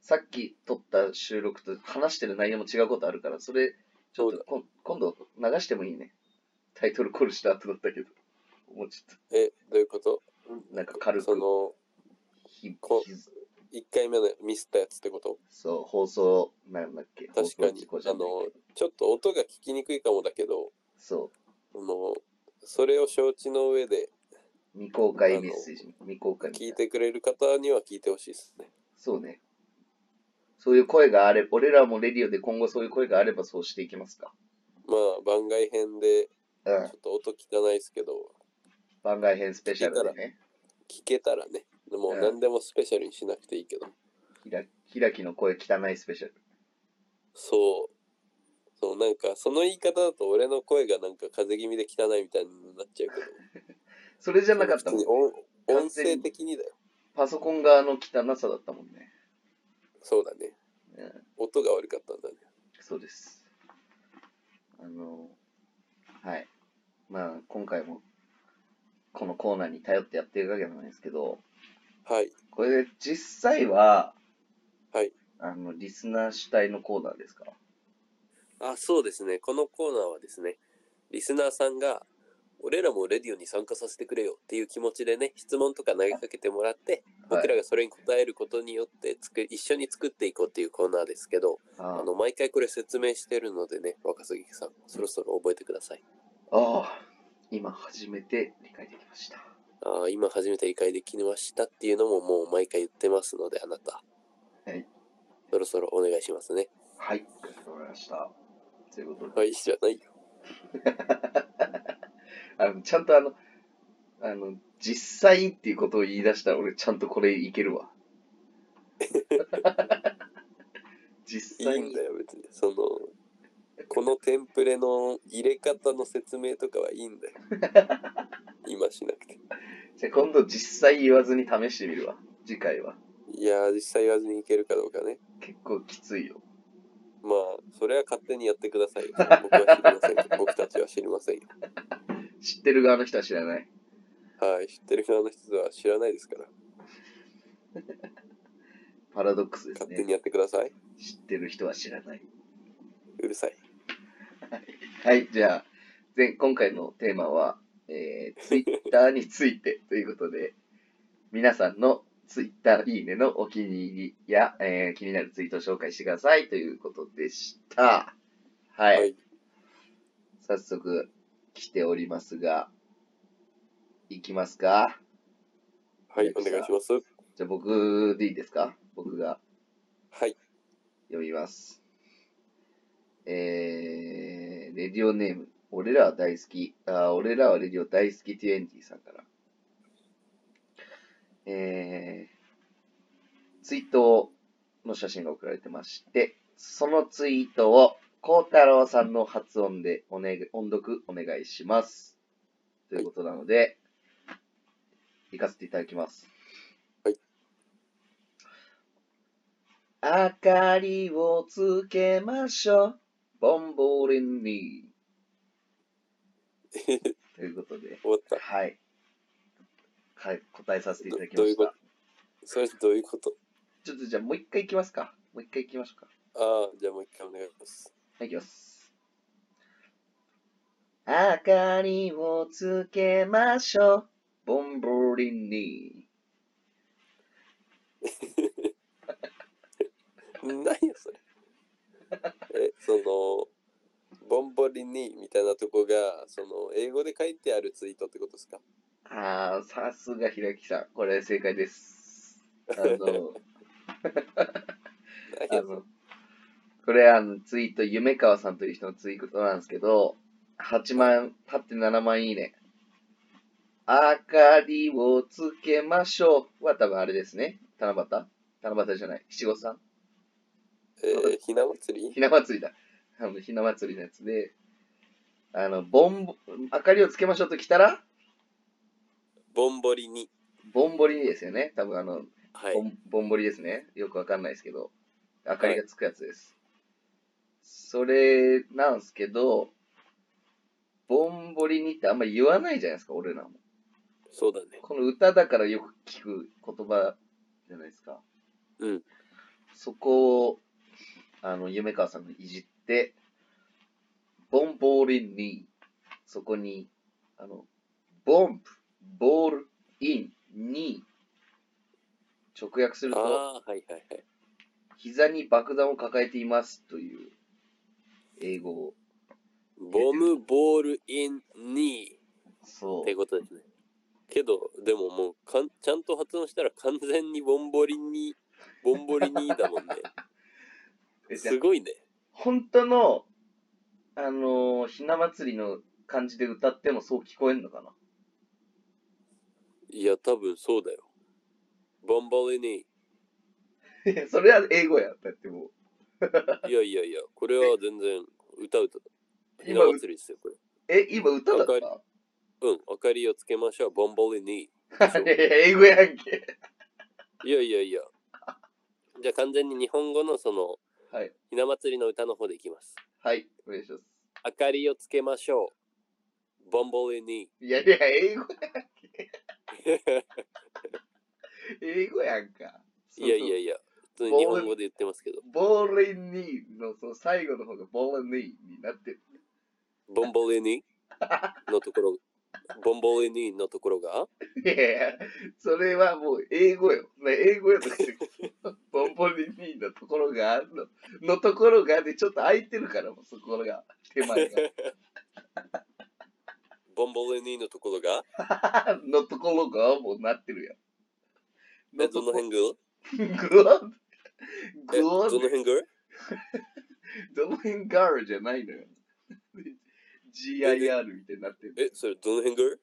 Speaker 1: さっき撮った収録と話してる内容も違うことあるから、それ、ちょっ
Speaker 2: そう
Speaker 1: とこん今度流してもいいね。タイトルコールした後だったけど、もうちょっ
Speaker 2: え、どういうこと
Speaker 1: と、なんか軽
Speaker 2: そ
Speaker 1: く、
Speaker 2: の、
Speaker 1: ひ
Speaker 2: こ
Speaker 1: ひ
Speaker 2: 1回目のミスったやつってこと
Speaker 1: そう、放送、なんだっけ、
Speaker 2: 確かに
Speaker 1: 放送事故じゃない
Speaker 2: あのちょっと音が聞きにくいかもだけど、
Speaker 1: そ
Speaker 2: その、それを承知の上で
Speaker 1: う、未公開メッセージ、未公開みた
Speaker 2: 聞
Speaker 1: い
Speaker 2: い
Speaker 1: な。
Speaker 2: てくれる方には聞いてほしいですね。
Speaker 1: そうね。そういう声があれ、俺らもレディオで今後そういう声があればそうしていきますか。
Speaker 2: まあ、番外編で、
Speaker 1: う
Speaker 2: ちょ
Speaker 1: ん
Speaker 2: っ。と音汚いですけど、
Speaker 1: 番外編スペシャルでね、
Speaker 2: 聞けたらね、もう何でもスペシャルにしなくていいけど。
Speaker 1: ひらひらきの声汚いスペシャル。
Speaker 2: そう。そう、なんか、その言い方だと俺の声がなんか風邪気味で汚いみたいになっちゃうけど。
Speaker 1: それじゃなかった
Speaker 2: 普
Speaker 1: もん
Speaker 2: 通に。音
Speaker 1: 完
Speaker 2: 音
Speaker 1: 全に
Speaker 2: 声的にだよ。
Speaker 1: パソコン側の汚さだったもんね。
Speaker 2: そうだね。
Speaker 1: うん、
Speaker 2: 音が悪かったんだね。
Speaker 1: そうです。あの、はい。まあ、今回も、このコーナーに頼ってやってるわけなんですけど、
Speaker 2: はい。
Speaker 1: これで実際は、
Speaker 2: はい。
Speaker 1: あの、リスナー主体のコーナーですから。
Speaker 2: あ、そうですね。このコーナーはですね、リスナーさんが、俺らもレディオに参加させてくれよっていう気持ちでね、質問とか投げかけてもらって、
Speaker 1: はい
Speaker 2: 僕らがそれに答えることによってつく、一緒に作っていこうっていうコーナーですけど、
Speaker 1: あ
Speaker 2: あの、毎回これ説明してるのでね、若杉さん、そろそろ覚えてください。
Speaker 1: ああ、今初めて理解できました。
Speaker 2: あー今初めて理解できましたっていうのももう毎回言ってますのであなた
Speaker 1: はい
Speaker 2: そろそろお願いしますね
Speaker 1: はい、わかりました。ということで、
Speaker 2: はいじゃないよ
Speaker 1: あのちゃんとあの、あの、実際っていうことを言い出したら俺ちゃんとこれいけるわ。
Speaker 2: い
Speaker 1: 実
Speaker 2: い
Speaker 1: 際
Speaker 2: んだよ別にそのこのテンプレの入れ方の説明とかはいい んだよ今しなくて
Speaker 1: じゃあ今度実際言わずに試してみるわ。次回は。
Speaker 2: いやー実際言わずにいけるかどうかね
Speaker 1: 結構きついよ。
Speaker 2: まあそれは勝手にやってくださいよ僕は知りません けど僕たちは知りませんよ
Speaker 1: 知ってる側の人は知らない。
Speaker 2: はい知ってる側の人は知らないですから
Speaker 1: パラドックスです
Speaker 2: 勝手
Speaker 1: ね。
Speaker 2: にやってください
Speaker 1: 知ってる人は知らない。
Speaker 2: うるさい
Speaker 1: はい、じゃあ、前今回のテーマは、えー、ツイッターについてということで、皆さんのツイッターいいねのお気に入りや、えー気になるツイートを紹介してくださいということでした。はい、
Speaker 2: はい
Speaker 1: 早速来ておりますが、いきますか
Speaker 2: はいお願いします
Speaker 1: じゃあ僕でいいですか僕が
Speaker 2: はい
Speaker 1: 読みます。えー、レディオネーム、俺らは大好き、あー俺らはレディオ大好き20さんから。えー、ツイートの写真が送られてまして、そのツイートを孝太郎さんの発音でお、ね、音読お願いします。ということなので、行かせていただきます。明かりをつけましょう。ボンボーレンに。ということで、
Speaker 2: 終わった
Speaker 1: はい。はい、答えさせていただき
Speaker 2: ど
Speaker 1: ま
Speaker 2: どう
Speaker 1: し
Speaker 2: いうこと
Speaker 1: た。
Speaker 2: それどういうこと
Speaker 1: ちょっとじゃあもう一回行きますか。もう一回行きましょうか。
Speaker 2: ああ、じゃあもう一回お願いします。
Speaker 1: はい、行きます。明かりをつけましょう。ボンボーリンに。
Speaker 2: 何やそれ。え、その、ボンボリにみたいなとこが、その、英語で書いてあるツイートってことですか
Speaker 1: ああ、さすがひらきさん。これ正解です。あの、
Speaker 2: 何
Speaker 1: あ
Speaker 2: や
Speaker 1: の、これあのツイート、夢川さんという人のツイートなんですけど、8万、8.7万いいね。明かりをつけましょうは多分あれですね。七夕七夕じゃない。七五三
Speaker 2: えーひな祭り
Speaker 1: ひな祭りだ。あの、ひな祭りのやつで、あの、ボンボ、明かりをつけましょうと来たら、
Speaker 2: ボンボリに。
Speaker 1: ぼんぼりですよね。多分あの、
Speaker 2: は
Speaker 1: ぼ
Speaker 2: い。
Speaker 1: んぼんぼりですね。よくわかんないですけど、明かりがつくやつです。それなんですけど、ぼんぼりにってあんま言わないじゃないですか、俺らも。
Speaker 2: そうだね。
Speaker 1: この歌だからよく聞く言葉じゃないですか。
Speaker 2: うん。
Speaker 1: そこを、あの、夢川さんがいじって、ボンボールに、そこに、あの、ボンプ、ボール、イン、に、直訳すると、
Speaker 2: ああ、はいはいはい。
Speaker 1: 膝に爆弾を抱えていますという英語を。
Speaker 2: ボムボールインニ
Speaker 1: そ
Speaker 2: ーって
Speaker 1: う。
Speaker 2: ことですね。けど、でももうかん、ちゃんと発音したら完全にボンボリに、ボンボリに だもんね。
Speaker 1: えじゃあ
Speaker 2: すごいね。
Speaker 1: 本当の、あのーひな祭りの感じで歌ってもそう聞こえんのかない
Speaker 2: や、多分そうだよ。ボンボリに。
Speaker 1: いやそれは英語やったってもう
Speaker 2: いやいやいや、これは全然歌うと。ひ
Speaker 1: 今
Speaker 2: な祭りですよ、これ。
Speaker 1: え今歌だった
Speaker 2: 明うん、明かりをつけましょう、ボンボリ に。
Speaker 1: いやいや英語やんけ
Speaker 2: いやいやいや。じゃあ完全に日本語のその、
Speaker 1: はい
Speaker 2: ひな祭りの歌の方でいきます。
Speaker 1: はいお願いします
Speaker 2: 明かりをつけましょう、ボンボリに。
Speaker 1: いやいや英語 英語やんか
Speaker 2: いやいやいや、普通に日本語で言ってますけど、
Speaker 1: ボーレニーのその最後の方がボーレニーになってる
Speaker 2: ボンボリに のところ、ボンボリにのところが、
Speaker 1: いやいやそれはもう英語よね英語やとしてボンボリニーのところがあるののところがでちょっと空いてるからもうそこが手前
Speaker 2: ボンボリにのところが、
Speaker 1: が のところがもうなってるやん
Speaker 2: えどの辺が
Speaker 1: グワン
Speaker 2: え
Speaker 1: グ
Speaker 2: ど
Speaker 1: ワ
Speaker 2: の
Speaker 1: ン
Speaker 2: 辺が
Speaker 1: ドムヘンガールじゃないのよ。GIR みたいになってる。
Speaker 2: え、それどの辺が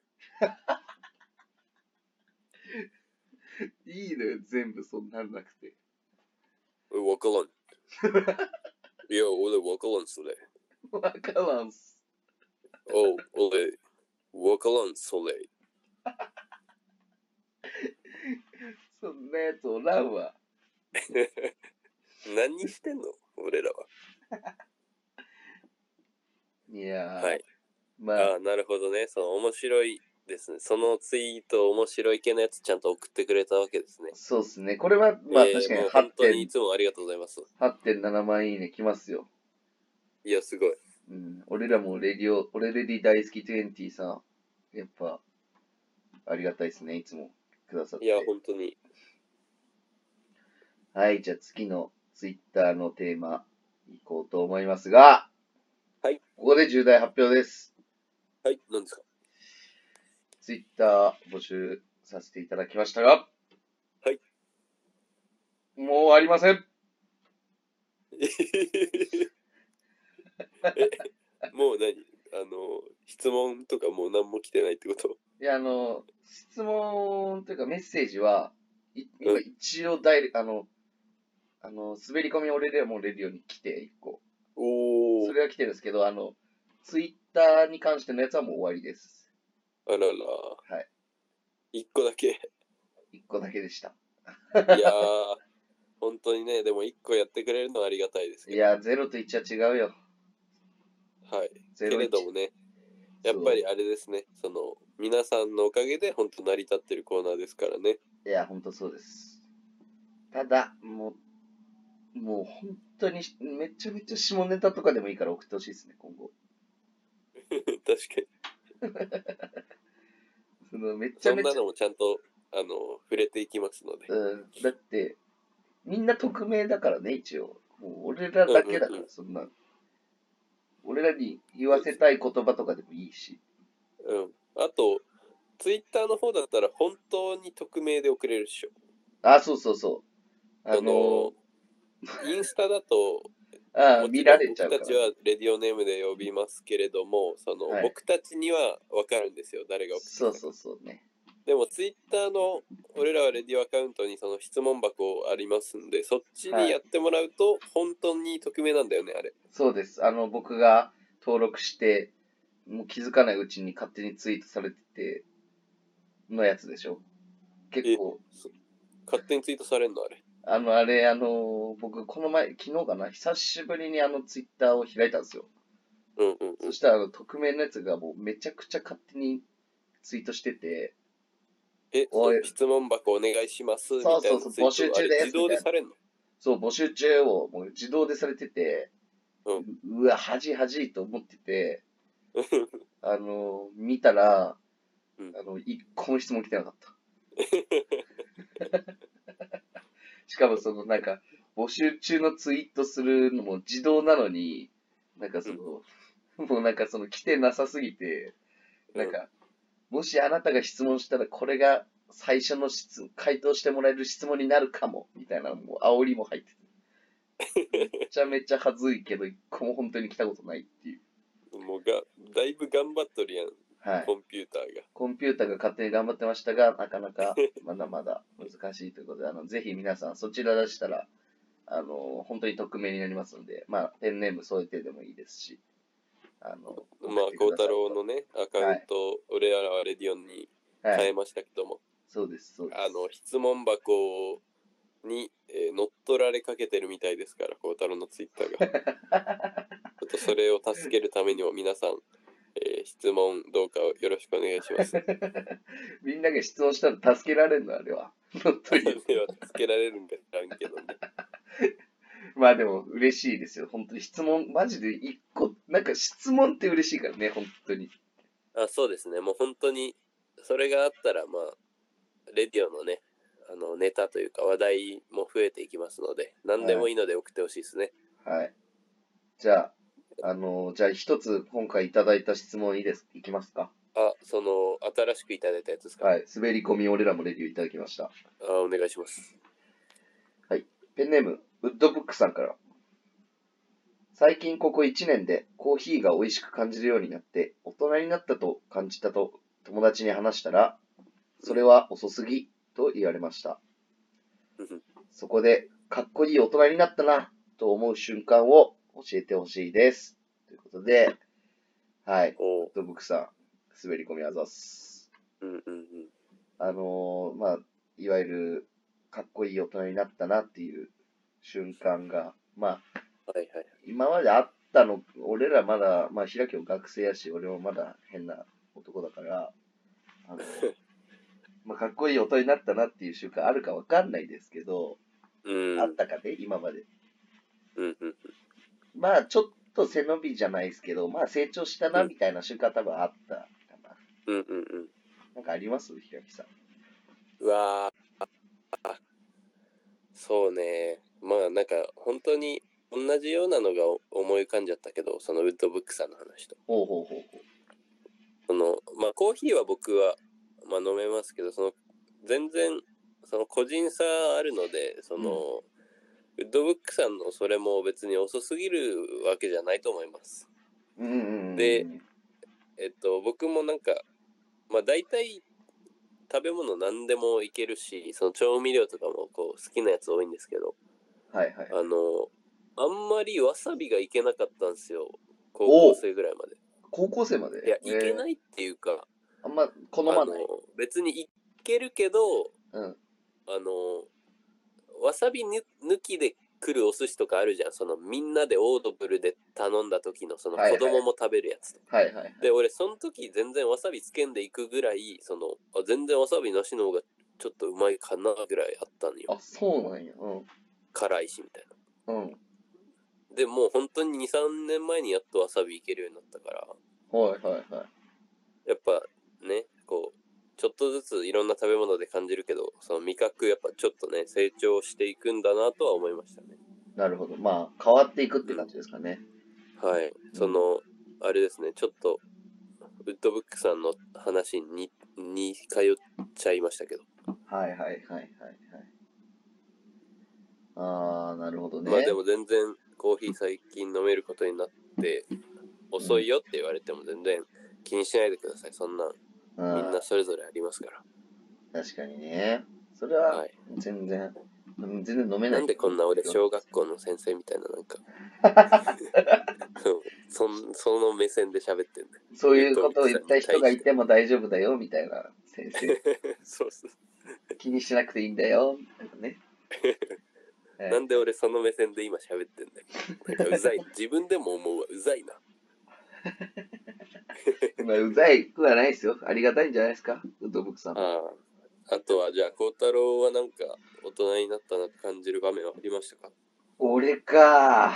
Speaker 1: いいのよ、全部そんなんなくて。
Speaker 2: え、わからん。 いや、俺わからん、それ。
Speaker 1: わからんっす。
Speaker 2: お、俺、わからん、それ。
Speaker 1: そんなやつおらんわ。
Speaker 2: 何してんの俺らは。
Speaker 1: いやー、
Speaker 2: はい。
Speaker 1: まあ、
Speaker 2: ああ、なるほどね。その面白いですね。そのツイート、面白い系のやつちゃんと送ってくれたわけですね。
Speaker 1: そうっすね。これは、まあ、
Speaker 2: えー
Speaker 1: 確かに
Speaker 2: もう
Speaker 1: 8
Speaker 2: 本当
Speaker 1: 点
Speaker 2: にいつもありがとうございます。
Speaker 1: 8.7万いいね来ますよ。
Speaker 2: いや、すごい。
Speaker 1: うん、俺らもレディオ、俺レディ大好き20さん、やっぱ、ありがたいですね、いつもくださっ
Speaker 2: い
Speaker 1: て
Speaker 2: や。、本当に。
Speaker 1: はい、じゃあ次のツイッターのテーマいこうと思いますが、
Speaker 2: はい。
Speaker 1: ここで重大発表です。
Speaker 2: はい、何ですか
Speaker 1: ツイッター募集させていただきましたが、
Speaker 2: はい。
Speaker 1: もうありません。
Speaker 2: えもう何あの、質問とかもう何も来てないってこと
Speaker 1: いや、あの、質問というかメッセージは、い今
Speaker 2: うん
Speaker 1: 一応ダイレあの、あの、滑り込み俺でもレディオに来て、一個。
Speaker 2: お
Speaker 1: それは来てるんですけど、あの、ツイッターに関してのやつはもう終わりです。
Speaker 2: あらら。
Speaker 1: は
Speaker 2: 一個だけ。
Speaker 1: 一個だけでした。
Speaker 2: いやー、本当にね、でも一個やってくれるのはありがたいですけ
Speaker 1: い
Speaker 2: ど。
Speaker 1: や、ゼロと1は違うよ。
Speaker 2: はい。
Speaker 1: ゼ
Speaker 2: け
Speaker 1: ロ
Speaker 2: れ
Speaker 1: 一
Speaker 2: どもね、やっぱりあれですね、その、皆さんのおかげで本当成り立ってるコーナーですからね。
Speaker 1: いや、本当そうです。ただ、もう、もう本当にしめちゃめちゃ下ネタとかでもいいから送ってほしいですね、今後。
Speaker 2: 確かに。
Speaker 1: そのめちゃ
Speaker 2: そん
Speaker 1: めちゃ
Speaker 2: な、のもちゃんと、あの、触れていきますので。
Speaker 1: うん、だって、みんな匿名だからね、一応。もう俺らだけだから、そんな。俺らに言わせたい言葉とかでもいいし。
Speaker 2: うん。あと、ツイッターの方だったら本当に匿名で送れるっしょ。
Speaker 1: あ、そうそうそう。あ
Speaker 2: あ
Speaker 1: の
Speaker 2: の、インスタだと、
Speaker 1: あ
Speaker 2: もち
Speaker 1: 見
Speaker 2: ろ
Speaker 1: ら
Speaker 2: ん
Speaker 1: れちゃうか
Speaker 2: 僕
Speaker 1: ら
Speaker 2: たち。はレディオネームで呼びますけれども、その、
Speaker 1: はい
Speaker 2: 僕たちには分かるんですよ、誰が送ってきた
Speaker 1: そ
Speaker 2: か
Speaker 1: うそうそうね。
Speaker 2: でもツイッターの俺らはレディオアカウントにその質問箱ありますんで、そっちにやってもらうと本当に匿名なんだよね、あれ。
Speaker 1: そうです。あの、僕が登録して、もう気づかないうちに勝手にツイートされてて、のやつでしょ。結構、
Speaker 2: 勝手にツイートされるの、あれ。
Speaker 1: あの、あれ、あの、僕、この前、昨日かな、久しぶりにあのツイッターを開いたんですよ。
Speaker 2: うんうんうん
Speaker 1: そ。したら、あの、匿名のやつがもうめちゃくちゃ勝手にツイートしてて、
Speaker 2: え、
Speaker 1: おい
Speaker 2: その質問箱お願いしますみたい
Speaker 1: そ
Speaker 2: な
Speaker 1: うそうそう
Speaker 2: ツイ
Speaker 1: 募集
Speaker 2: ート
Speaker 1: 中
Speaker 2: あれ
Speaker 1: です
Speaker 2: 自動でされるの
Speaker 1: そう、募集中をもう自動でされてて、
Speaker 2: うん
Speaker 1: うわ、恥恥と思ってて、あの、見たら、
Speaker 2: うん
Speaker 1: あの、一個も質問来てなかった。 しかもそのなんか、募集中のツイートするのも自動なのに、なんかその、もうなんかその来てなさすぎて、なんか、もしあなたが質問したらこれが最初の質、回答してもらえる質問になるかも、みたいな、もう煽りも入ってて。めちゃめちゃ恥ずいけど、一個も本当に来たことないっていう。
Speaker 2: うんもうが、だいぶ頑張っとるやん、
Speaker 1: はい。
Speaker 2: コンピューターが。
Speaker 1: コンピューターが勝手に頑張ってましたが、なかなかまだまだ難しいということで、あのぜひ皆さんそちら出したら、あの本当に匿名になりますので、まあ、ペンネーム添えてでもいいですし、あの、
Speaker 2: まあ、孝太郎のね、アカウント、俺らはレディオンに
Speaker 1: のは
Speaker 2: 変え
Speaker 1: い、
Speaker 2: ましたけども、
Speaker 1: そうです、そうです。
Speaker 2: あの、質問箱に、えー乗っ取られかけてるみたいですから、孝太郎のツイッタ ーが。ちょっとそれを助けるためにも皆さん、えー質問どうかをよろしくお願い します。
Speaker 1: みんなが質問したら助けられるの、あれは。 本当に。
Speaker 2: では助けられるんか知らんけどね。
Speaker 1: まあでも、嬉しいですよ。本当に質問、マジで一個、なんか質問って嬉しいからね、本当に。
Speaker 2: あそうですね、もう本当に、それがあったら、まあ、レディオのね、あのネタというか話題も増えていきますので、何でもいいので送ってほしいですね。
Speaker 1: はい。じゃあ、あの、じゃあ一つ今回いただいた質問いいです、いきますか。
Speaker 2: あ、その、新しくいただいたやつですか、
Speaker 1: はい、滑り込み俺らもレビューいただきました。
Speaker 2: あお願いします。
Speaker 1: ペンネーム、ウッドブックさんから。最近ここ1年でコーヒーが美味しく感じるようになって、大人になったと感じたと友達に話したら、それは遅すぎと言われました
Speaker 2: うんうん。
Speaker 1: そこで、かっこいい大人になったなと思う瞬間を教えてほしいです。ということで、はい、ウッ
Speaker 2: おう
Speaker 1: ドブックさん、滑り込みあざっす。
Speaker 2: うんうんうん。
Speaker 1: あのーまあ、いわゆる、かっこいい大人になったなっていう瞬間が、まあ、
Speaker 2: はいはい。
Speaker 1: 今まであったの、俺らまだ、まあ、平木も学生やし、俺もまだ変な男だから、あ のまあ、かっこいい大人になったなっていう瞬間あるかわかんないですけど、
Speaker 2: うん。
Speaker 1: あったかね、今まで。
Speaker 2: うんうん。
Speaker 1: まあ、ちょっと背伸びじゃないですけど、まあ、成長したなみたいな瞬間多分あったかな。
Speaker 2: うんうんうん。
Speaker 1: なんかあります平木さん。
Speaker 2: うわーあそうね。まあなんか、本当に同じようなのがお思い浮かんじゃったけど、そのウッドブックさんの話と。
Speaker 1: ほうほうほうほう。
Speaker 2: その、まあコーヒーは僕は、まあ飲めますけど、その、全然、その個人差あるので、その、ウッドブックさんのそれも別に遅すぎるわけじゃないと思います。
Speaker 1: うんうんうん。
Speaker 2: でえっと、僕もなんか、まあ大体、食べ物何でもいけるし、その調味料とかもこう好きなやつ多いんですけど、
Speaker 1: はいはい。
Speaker 2: あの、あんまりわさびがいけなかったんですよ。高校生ぐらいまで。
Speaker 1: 高校生まで
Speaker 2: いや、いけ
Speaker 1: えー
Speaker 2: ないっていうか、
Speaker 1: あんま好
Speaker 2: あ
Speaker 1: ま
Speaker 2: の
Speaker 1: ない。、
Speaker 2: 別にいけるけど、
Speaker 1: うん。
Speaker 2: あの、わさびぬ抜きで来るお寿司とかあるじゃん。そのみんなでオードブルで頼んだ時のその
Speaker 1: はいは
Speaker 2: 子
Speaker 1: い
Speaker 2: 供も食べるやつとか
Speaker 1: はいはい。
Speaker 2: で俺その時全然わさびつけんでいくぐらいそのあ全然わさびなしの方がちょっとうまいかなぐらいあったのよ
Speaker 1: あ、そうなんや。う。
Speaker 2: 辛いしみたいなん
Speaker 1: うん。
Speaker 2: でもう本当に23年前にやっとわさびいけるようになったから
Speaker 1: はいはいはい。
Speaker 2: やっぱねこうちょっとずついろんな食べ物で感じるけどその味覚やっぱちょっとね成長していくんだなとは思いましたね
Speaker 1: なるほど。まあ、変わっていくって感じですかね。
Speaker 2: はいそのあれですねちょっとウッドブックさんの話にに通っちゃいましたけど、
Speaker 1: はいはいはいはいはい。ああ、なるほどね。
Speaker 2: まあでも全然コーヒー最近飲めることになって遅いよって言われても全然気にしないでくださいそんなん
Speaker 1: うん、
Speaker 2: みんなそれぞれありますか
Speaker 1: 確かにね。それ
Speaker 2: ら
Speaker 1: は
Speaker 2: はい
Speaker 1: 全然、うん全然飲めない。
Speaker 2: なんでこんな俺小学校の先生みたいななん かそんその目線で喋ってんだよ
Speaker 1: そういうことを言った人がいても大丈夫だよ、みたい な先生。
Speaker 2: そうっす、
Speaker 1: 気にしなくていいんだよ、みたいなね。え
Speaker 2: なんで俺その目線で今喋ってんだよなんかうざい自分でも思うわうざいな
Speaker 1: まあうざいくはないですよ。ありがたいんじゃないですか、ウッドブックさん。
Speaker 2: あああとはじゃあ孝太郎はなんか大人になったなと感じる場面はありましたか
Speaker 1: 俺か。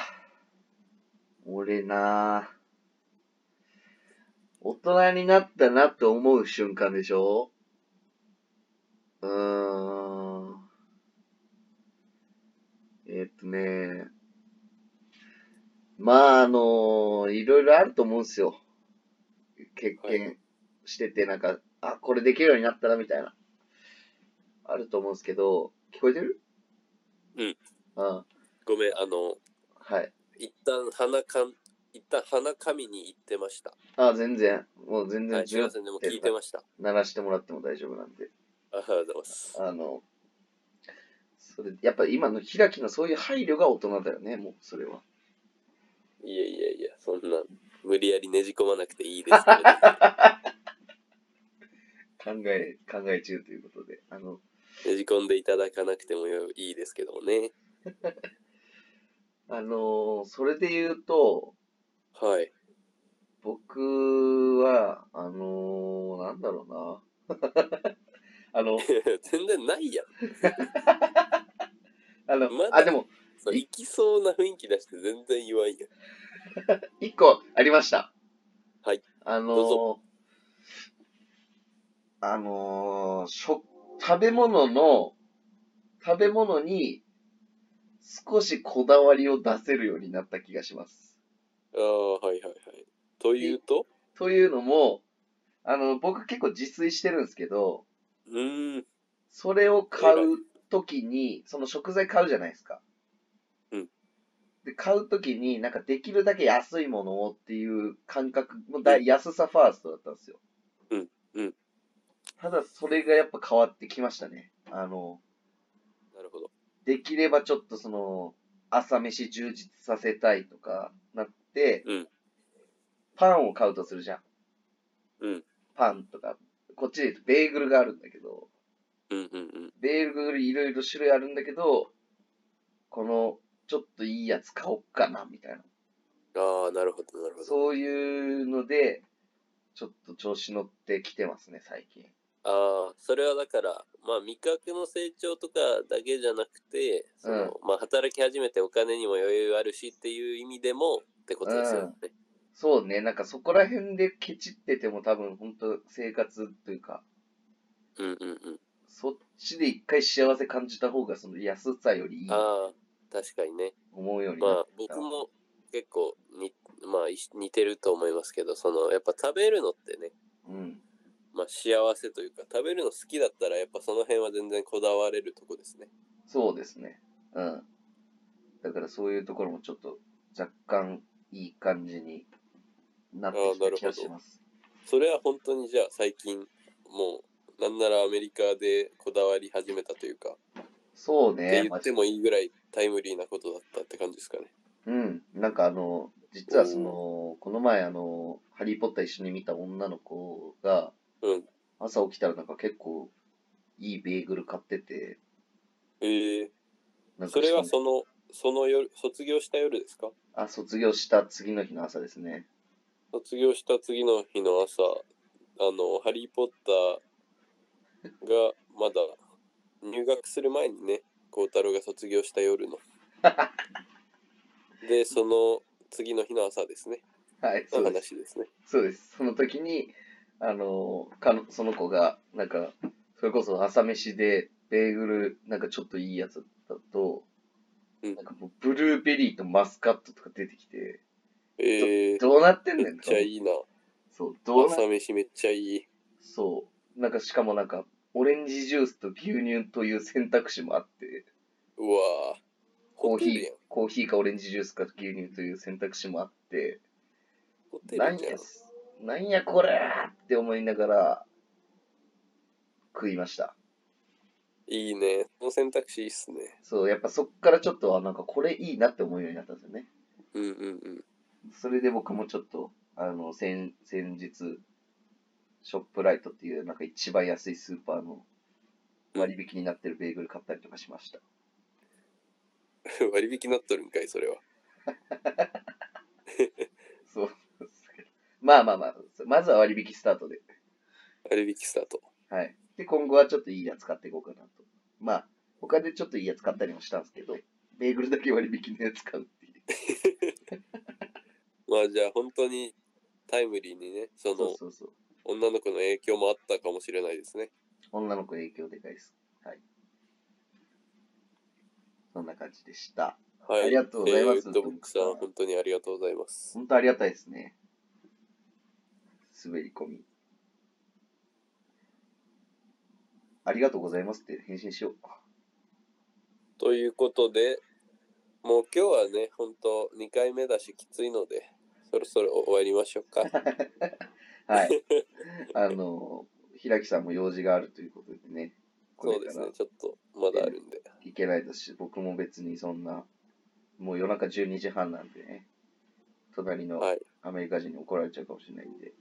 Speaker 1: 俺な。大人になったなと思う瞬間でしょうーん。えっとね。まあ、あの、いろいろあると思うんですよ。経験してて、なんか、あ、これできるようになったな、みたいな。あると思うんですけど、聞こえてる
Speaker 2: うん。
Speaker 1: うん。
Speaker 2: ごめんあの
Speaker 1: はい。
Speaker 2: 一旦鼻かん一旦鼻かみに行ってました
Speaker 1: あ、全然。もう全然
Speaker 2: はいすい
Speaker 1: 十
Speaker 2: ませんでも聞いてました
Speaker 1: 鳴らしてもらっても大丈夫なんで。
Speaker 2: ありがとうございます
Speaker 1: あの、それ、やっぱ今の開きのそういう配慮が大人だよね、もうそれは。
Speaker 2: いやいやいや、そんな、無理やりねじ込まなくていいですけれど。ね
Speaker 1: 考え、考え中ということで。あの、
Speaker 2: じ込んでいただかなくてもよいいですけどもね。
Speaker 1: あのーそれで言うと、
Speaker 2: はい。
Speaker 1: 僕は、あのーなんだ ろうな。あの、
Speaker 2: 全然ないやん。
Speaker 1: あの
Speaker 2: ま、だ
Speaker 1: あ、でも、
Speaker 2: そう行きそうな雰囲気出して全然言わんやん。
Speaker 1: 一個ありました。
Speaker 2: はい。
Speaker 1: あのー
Speaker 2: どうぞ
Speaker 1: あのー食、食べ物の、食べ物に少しこだわりを出せるようになった気がします。
Speaker 2: ああ、はいはいはい。というと、
Speaker 1: というのも、あの、僕結構自炊してるんですけど、
Speaker 2: うーん、
Speaker 1: それを買うときに、その食材買うじゃないですか。
Speaker 2: うん。
Speaker 1: で、買うときに、なんかできるだけ安いものをっていう感覚のだ、安さファーストだったんですよ。
Speaker 2: うんうん。
Speaker 1: ただ、それがやっぱ変わってきましたね。あの、
Speaker 2: なるほど。
Speaker 1: できればちょっとその、朝飯充実させたいとかなって、
Speaker 2: うん
Speaker 1: パンを買うとするじゃん。
Speaker 2: うん、
Speaker 1: パンとか、こっちで言うとベーグルがあるんだけど、
Speaker 2: うん、うん、うん。
Speaker 1: ベーグルいろいろ種類あるんだけど、この、ちょっといいやつ買おっかな、みたいな。
Speaker 2: ああ、なるほど、なるほど。
Speaker 1: そういうので、ちょっと調子乗ってきてますね、最近。
Speaker 2: ああ、それはだから、まあ味覚の成長とかだけじゃなくて、そのまあ働き始めてお金にも余裕あるしっていう意味でもってことですよね。
Speaker 1: そうね、なんかそこら辺でケチってても多分本当生活というか、
Speaker 2: うん、うん、うん。
Speaker 1: そっちで一回幸せ感じた方がその安さよりいいと
Speaker 2: ああ、確かにね。
Speaker 1: 思うように
Speaker 2: ま
Speaker 1: なっ
Speaker 2: あ
Speaker 1: てきた。
Speaker 2: 僕も結構に、まあ、い似てると思いますけど、そのやっぱ食べるのってね、
Speaker 1: うん。
Speaker 2: まあ幸せというか、食べるの好きだったらやっぱその辺は全然こだわれるとこですね。
Speaker 1: そうですね。うん。だからそういうところもちょっと若干いい感じになってきた気がします。
Speaker 2: それは本当にじゃあ最近、もうなんならアメリカでこだわり始めたというか、
Speaker 1: そう
Speaker 2: って
Speaker 1: ね。
Speaker 2: 言ってもいいぐらいタイムリーなことだったって感じですかね。
Speaker 1: うん。なんかあの、実はその、この前あの、ハリーポッター一緒に見た女の子が、
Speaker 2: うん。
Speaker 1: 朝起きたらなんか結構いいベーグル買ってて、
Speaker 2: ええ
Speaker 1: なんか
Speaker 2: それは
Speaker 1: そ
Speaker 2: その、その夜、卒業した夜ですか
Speaker 1: あ、卒業した次の日の朝ですね。
Speaker 2: 卒業した次の日の朝あの「ハリー・ポッター」がまだ入学する前にね孝太郎が卒業した夜 のでその次の日の朝ですね
Speaker 1: はい、そ
Speaker 2: の
Speaker 1: うです。
Speaker 2: 話ですね
Speaker 1: そうです。その時に、あの、かのその子が、なんか、それこそ朝飯で、ベーグル、なんかちょっといいやつだと、
Speaker 2: うん
Speaker 1: なんかもうブルーベリーとマスカットとか出てきて、
Speaker 2: ええ
Speaker 1: どうなってん
Speaker 2: め
Speaker 1: ね
Speaker 2: っ
Speaker 1: んと
Speaker 2: ちゃいいな。
Speaker 1: そう、どうな
Speaker 2: 朝飯めっちゃいい。
Speaker 1: そう。なんかしかもなんか、オレンジジュースと牛乳という選択肢もあって、
Speaker 2: うわぁ。
Speaker 1: コ
Speaker 2: ホ
Speaker 1: ー
Speaker 2: テ
Speaker 1: ヒ
Speaker 2: ル
Speaker 1: ー
Speaker 2: やん。、
Speaker 1: コーヒーかオレンジジュースか牛乳という選択肢もあって、
Speaker 2: ホテ
Speaker 1: なん
Speaker 2: ルじゃ
Speaker 1: や
Speaker 2: ん。、
Speaker 1: なんやこれって思いながら、食いました。
Speaker 2: いいね。この選択肢いいっすね。
Speaker 1: そう、やっぱそっからちょっと、あなんかこれいいなって思うようになったんですよね。
Speaker 2: うんうんうん。
Speaker 1: それで僕もちょっと、あの、先、先日、ショップライトっていう、なんか一番安いスーパーの割引になってるベーグル買ったりとかしました。
Speaker 2: 割引なっとるん かい、それは。
Speaker 1: そうなんですけど。まあまあまあ、まずは割引スタートで。
Speaker 2: 割引スタート。
Speaker 1: はい。で、今後はちょっといいやつ買っていこうかなと。まあ、他でちょっといいやつ買ったりもしたんですけど、ベーグルだけ割引のやつ買うっていう。
Speaker 2: まあじゃあ本当にタイムリーにね、そ
Speaker 1: そ
Speaker 2: の
Speaker 1: うそうそう。
Speaker 2: 女の子の影響もあったかもしれないですね。
Speaker 1: 女の子影響でかいです。はい。そんな感じでした。
Speaker 2: はい。
Speaker 1: ありがとうございます
Speaker 2: えーウッドボックスさん、本当にありがとうございます。
Speaker 1: 本当ありがたいですね。滑り込み。ありがとうございますって返信しよう。
Speaker 2: ということで、もう今日はね、本当2回目だしきついので、そろそろ終わりましょう か。
Speaker 1: はい。あの、平木さんも用事があるということでね、こ
Speaker 2: そ
Speaker 1: れ
Speaker 2: うで
Speaker 1: か
Speaker 2: す
Speaker 1: ら
Speaker 2: ね、ちょっとまだあるんで。
Speaker 1: 行けないですし、僕も別にそんな、もう夜中12時半なんでね、隣の
Speaker 2: はい。
Speaker 1: アメリカ人に怒られちゃうかもしれないんで、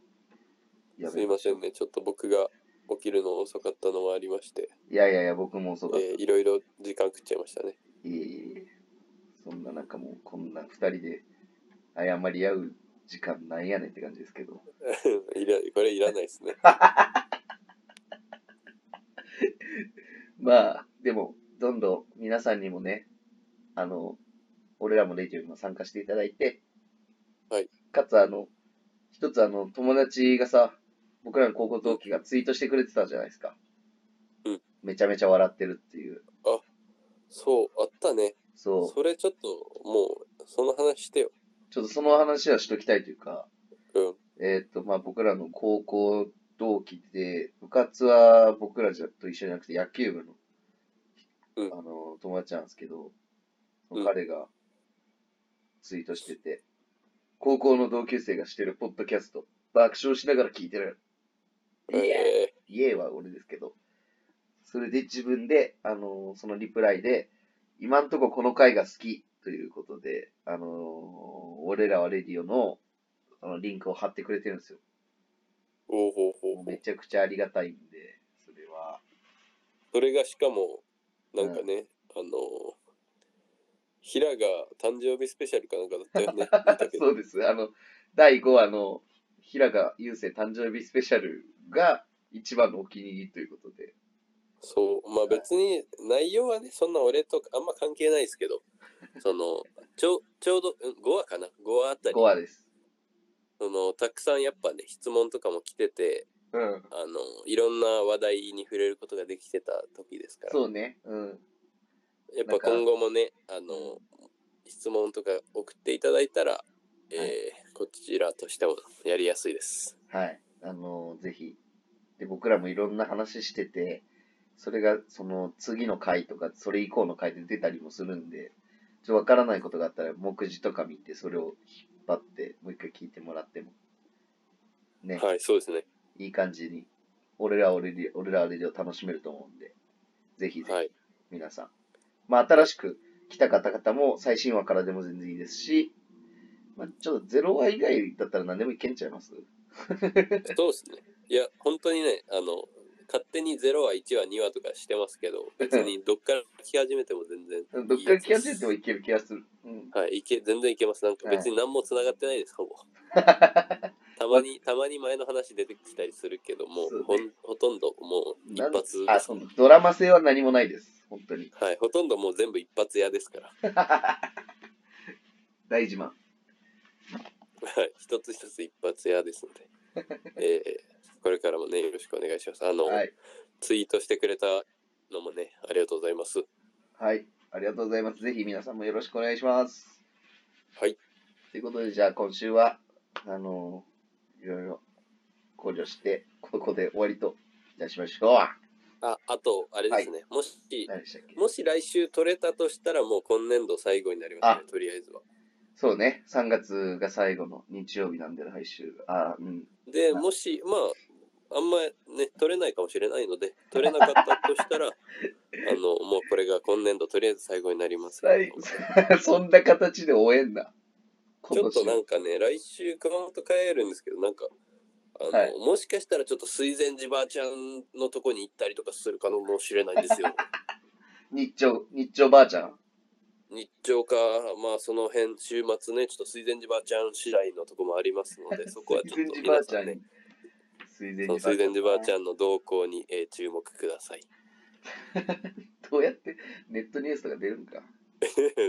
Speaker 1: や
Speaker 2: す
Speaker 1: め
Speaker 2: い
Speaker 1: ま
Speaker 2: ま
Speaker 1: しょ
Speaker 2: せ
Speaker 1: うん
Speaker 2: ね、ちょっと僕が起きるの遅かったのもありまして、
Speaker 1: いやいやいや、僕もそうかった。
Speaker 2: えーいろいろ時間食っちゃいましたね。
Speaker 1: いえいえいえ、そんななんかもう、こんな二人で謝り合う時間なんやねんって感じですけど。
Speaker 2: いらこれいらないで すね。
Speaker 1: まあ、でも、どんどん皆さんにもね、あの、俺らもレイジオにも参加していただいて、
Speaker 2: はい。
Speaker 1: かつ、あの、一つあの、友達がさ、僕らの高校同期がツイートしてくれてたじゃないですか。
Speaker 2: うん。
Speaker 1: めちゃめちゃ笑ってるっていう。
Speaker 2: そう、あったね。
Speaker 1: そう。
Speaker 2: それちょっと、もう、その話してよ。
Speaker 1: ちょっとその話はしときたいというか、
Speaker 2: うん。
Speaker 1: えーっと、まあ僕らの高校同期で、部活は僕らじゃと一緒じゃなくて野球部の、
Speaker 2: うん
Speaker 1: あの、友達なんですけど、
Speaker 2: うん
Speaker 1: 彼がツイートしてて、高校の同級生がしてるポッドキャスト、爆笑しながら聞いてる。いや
Speaker 2: え
Speaker 1: イエーは俺ですけど、それで自分で、あのそのリプライで、今んとここの回が好きということで、あの俺らはレディオのあのリンクを貼ってくれてるんですよ。
Speaker 2: ー、おうほうほうほ
Speaker 1: め
Speaker 2: う。
Speaker 1: ちゃくちゃありがたいんで、それは。
Speaker 2: それがしかも、なんかね、あのー、平が誕生日スペシャルかなんかだっ たよね。見たけど
Speaker 1: そうです。あの、第5話の平賀雄生誕生日スペシャルが一番のお気に入りということで。
Speaker 2: そう、まあ別に内容はね、そんな俺とあんま関係ないですけど、その、ちょちょうどうん5話かな ?5 話あたり
Speaker 1: 5、話です。
Speaker 2: その、たくさんやっぱね、質問とかも来てて、
Speaker 1: うん。
Speaker 2: あの、いろんな話題に触れることができてた時ですから、
Speaker 1: そうね。うん。
Speaker 2: やっぱ今後もね、あの、質問とか送っていただいたら、えー
Speaker 1: は
Speaker 2: こちらとしてもやりやすいです。
Speaker 1: はい。あの、ぜひ。で、僕らもいろんな話してて、それが、その、次の回とか、それ以降の回で出たりもするんで、ちょっとわからないことがあったら、目次とか見て、それを引っ張って、もう一回聞いてもらっても。ね。
Speaker 2: はい、そうですね。
Speaker 1: いい感じに、俺らは俺で、俺らは俺でを楽しめると思うんで、ぜひぜ
Speaker 2: はい
Speaker 1: ひ、。皆さん。まあ、新しく来た方々も最新話からでも全然いいですし、まあ、ちょっとゼロ話以外だったら何でもいけんちゃいます
Speaker 2: そうですね。いや、本当にね、あの、勝手に0は1は2はとかしてますけど、別にどっから来始めても全然
Speaker 1: どっ
Speaker 2: いい
Speaker 1: から聞
Speaker 2: やつ
Speaker 1: き
Speaker 2: です
Speaker 1: 始めてもいける気がする。うん。
Speaker 2: はい、いけ、全然いけます。なんか
Speaker 1: はい
Speaker 2: 別に何も繋がってないで す、ほぼ。たまに、たまに前の話出てきたりするけど、
Speaker 1: そ
Speaker 2: も
Speaker 1: う
Speaker 2: う
Speaker 1: ね
Speaker 2: ほんほとんどもう一
Speaker 1: なん
Speaker 2: 発
Speaker 1: あ、
Speaker 2: です
Speaker 1: そ
Speaker 2: ね
Speaker 1: うドラマ性は何もないです。本当に。
Speaker 2: はい、ほとんどもう全部一発屋ですから。
Speaker 1: 大自慢。
Speaker 2: はい、一つ一つ一発屋ですので。えこれからもね、よろしくお願いします。あの、
Speaker 1: はい。
Speaker 2: ツイートしてくれたのもね、ありがとうございます。
Speaker 1: はい。ありがとうございます。ぜひ皆さんもよろしくお願いします。
Speaker 2: はい。
Speaker 1: ということで、じゃあ今週は、あのいろいろ考慮して、ここで終わりといたしましょう。
Speaker 2: あ、あと、あれですね、もし、
Speaker 1: 何でしたっけ
Speaker 2: もし来週取れたとしたら、もう今年度最後になりますね、とりあえずは。
Speaker 1: そうね。3月が最後の日曜日なんで、来週。あーうん。
Speaker 2: で、もし、まあ、あんまね、取れないかもしれないので、取れなかったと したら、あの、もうこれが今年度とりあえず最後になりますけど
Speaker 1: 最 そんな形で終えんな。
Speaker 2: ちょっとな
Speaker 1: 今年
Speaker 2: んかね、来週熊本帰るんですけど、なんか、あの、
Speaker 1: はい
Speaker 2: もしかしたらちょっと水前寺ばあちゃんのとこに行ったりとかするかもしれないんです よ。
Speaker 1: 日朝、日朝ばあちゃん。
Speaker 2: 日朝か、まあその辺、週末ね、ちょっと水前寺ばあちゃん次第のとこもあります ので、そこはちょっと
Speaker 1: 水前寺ば
Speaker 2: 皆
Speaker 1: あち
Speaker 2: さ
Speaker 1: ゃ
Speaker 2: ん
Speaker 1: ん
Speaker 2: ね
Speaker 1: に、。水前寺ばあ
Speaker 2: その
Speaker 1: ちゃん
Speaker 2: 水前寺ばあちゃんの動向に、えー注目ください。
Speaker 1: どうやってネットニュースとか出るんか。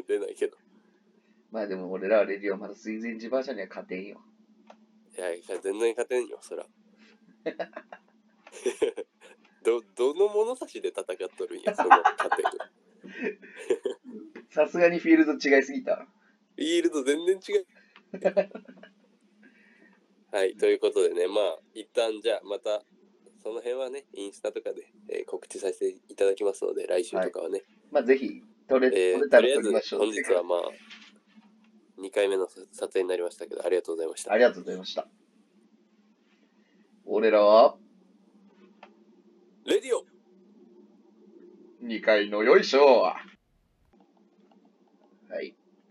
Speaker 2: 出ないけど。
Speaker 1: まあでも俺らはレディオまだ水前寺ばあちゃんには勝てんよ。
Speaker 2: いや、全然勝てんよ、そら。 ど、どの物差しで戦っとるん や、その勝てる。
Speaker 1: さすがにフィールド違いすぎた。
Speaker 2: フィールド全然違う。 はい、ということでね、まあ、一旦じゃあ、また、その辺はね、インスタとかで、えー告知させていただきますので、来週とかはね、
Speaker 1: まあぜひ、取れ、
Speaker 2: え
Speaker 1: 取れ
Speaker 2: ーと
Speaker 1: たら
Speaker 2: りあえ
Speaker 1: 取りまし
Speaker 2: ず、
Speaker 1: ょう
Speaker 2: 本日はまあ、2回目の撮影になりましたけど、ありがとうございました
Speaker 1: あ。りがとうございました。俺らは
Speaker 2: レディオ
Speaker 1: 2階のよいしょはい。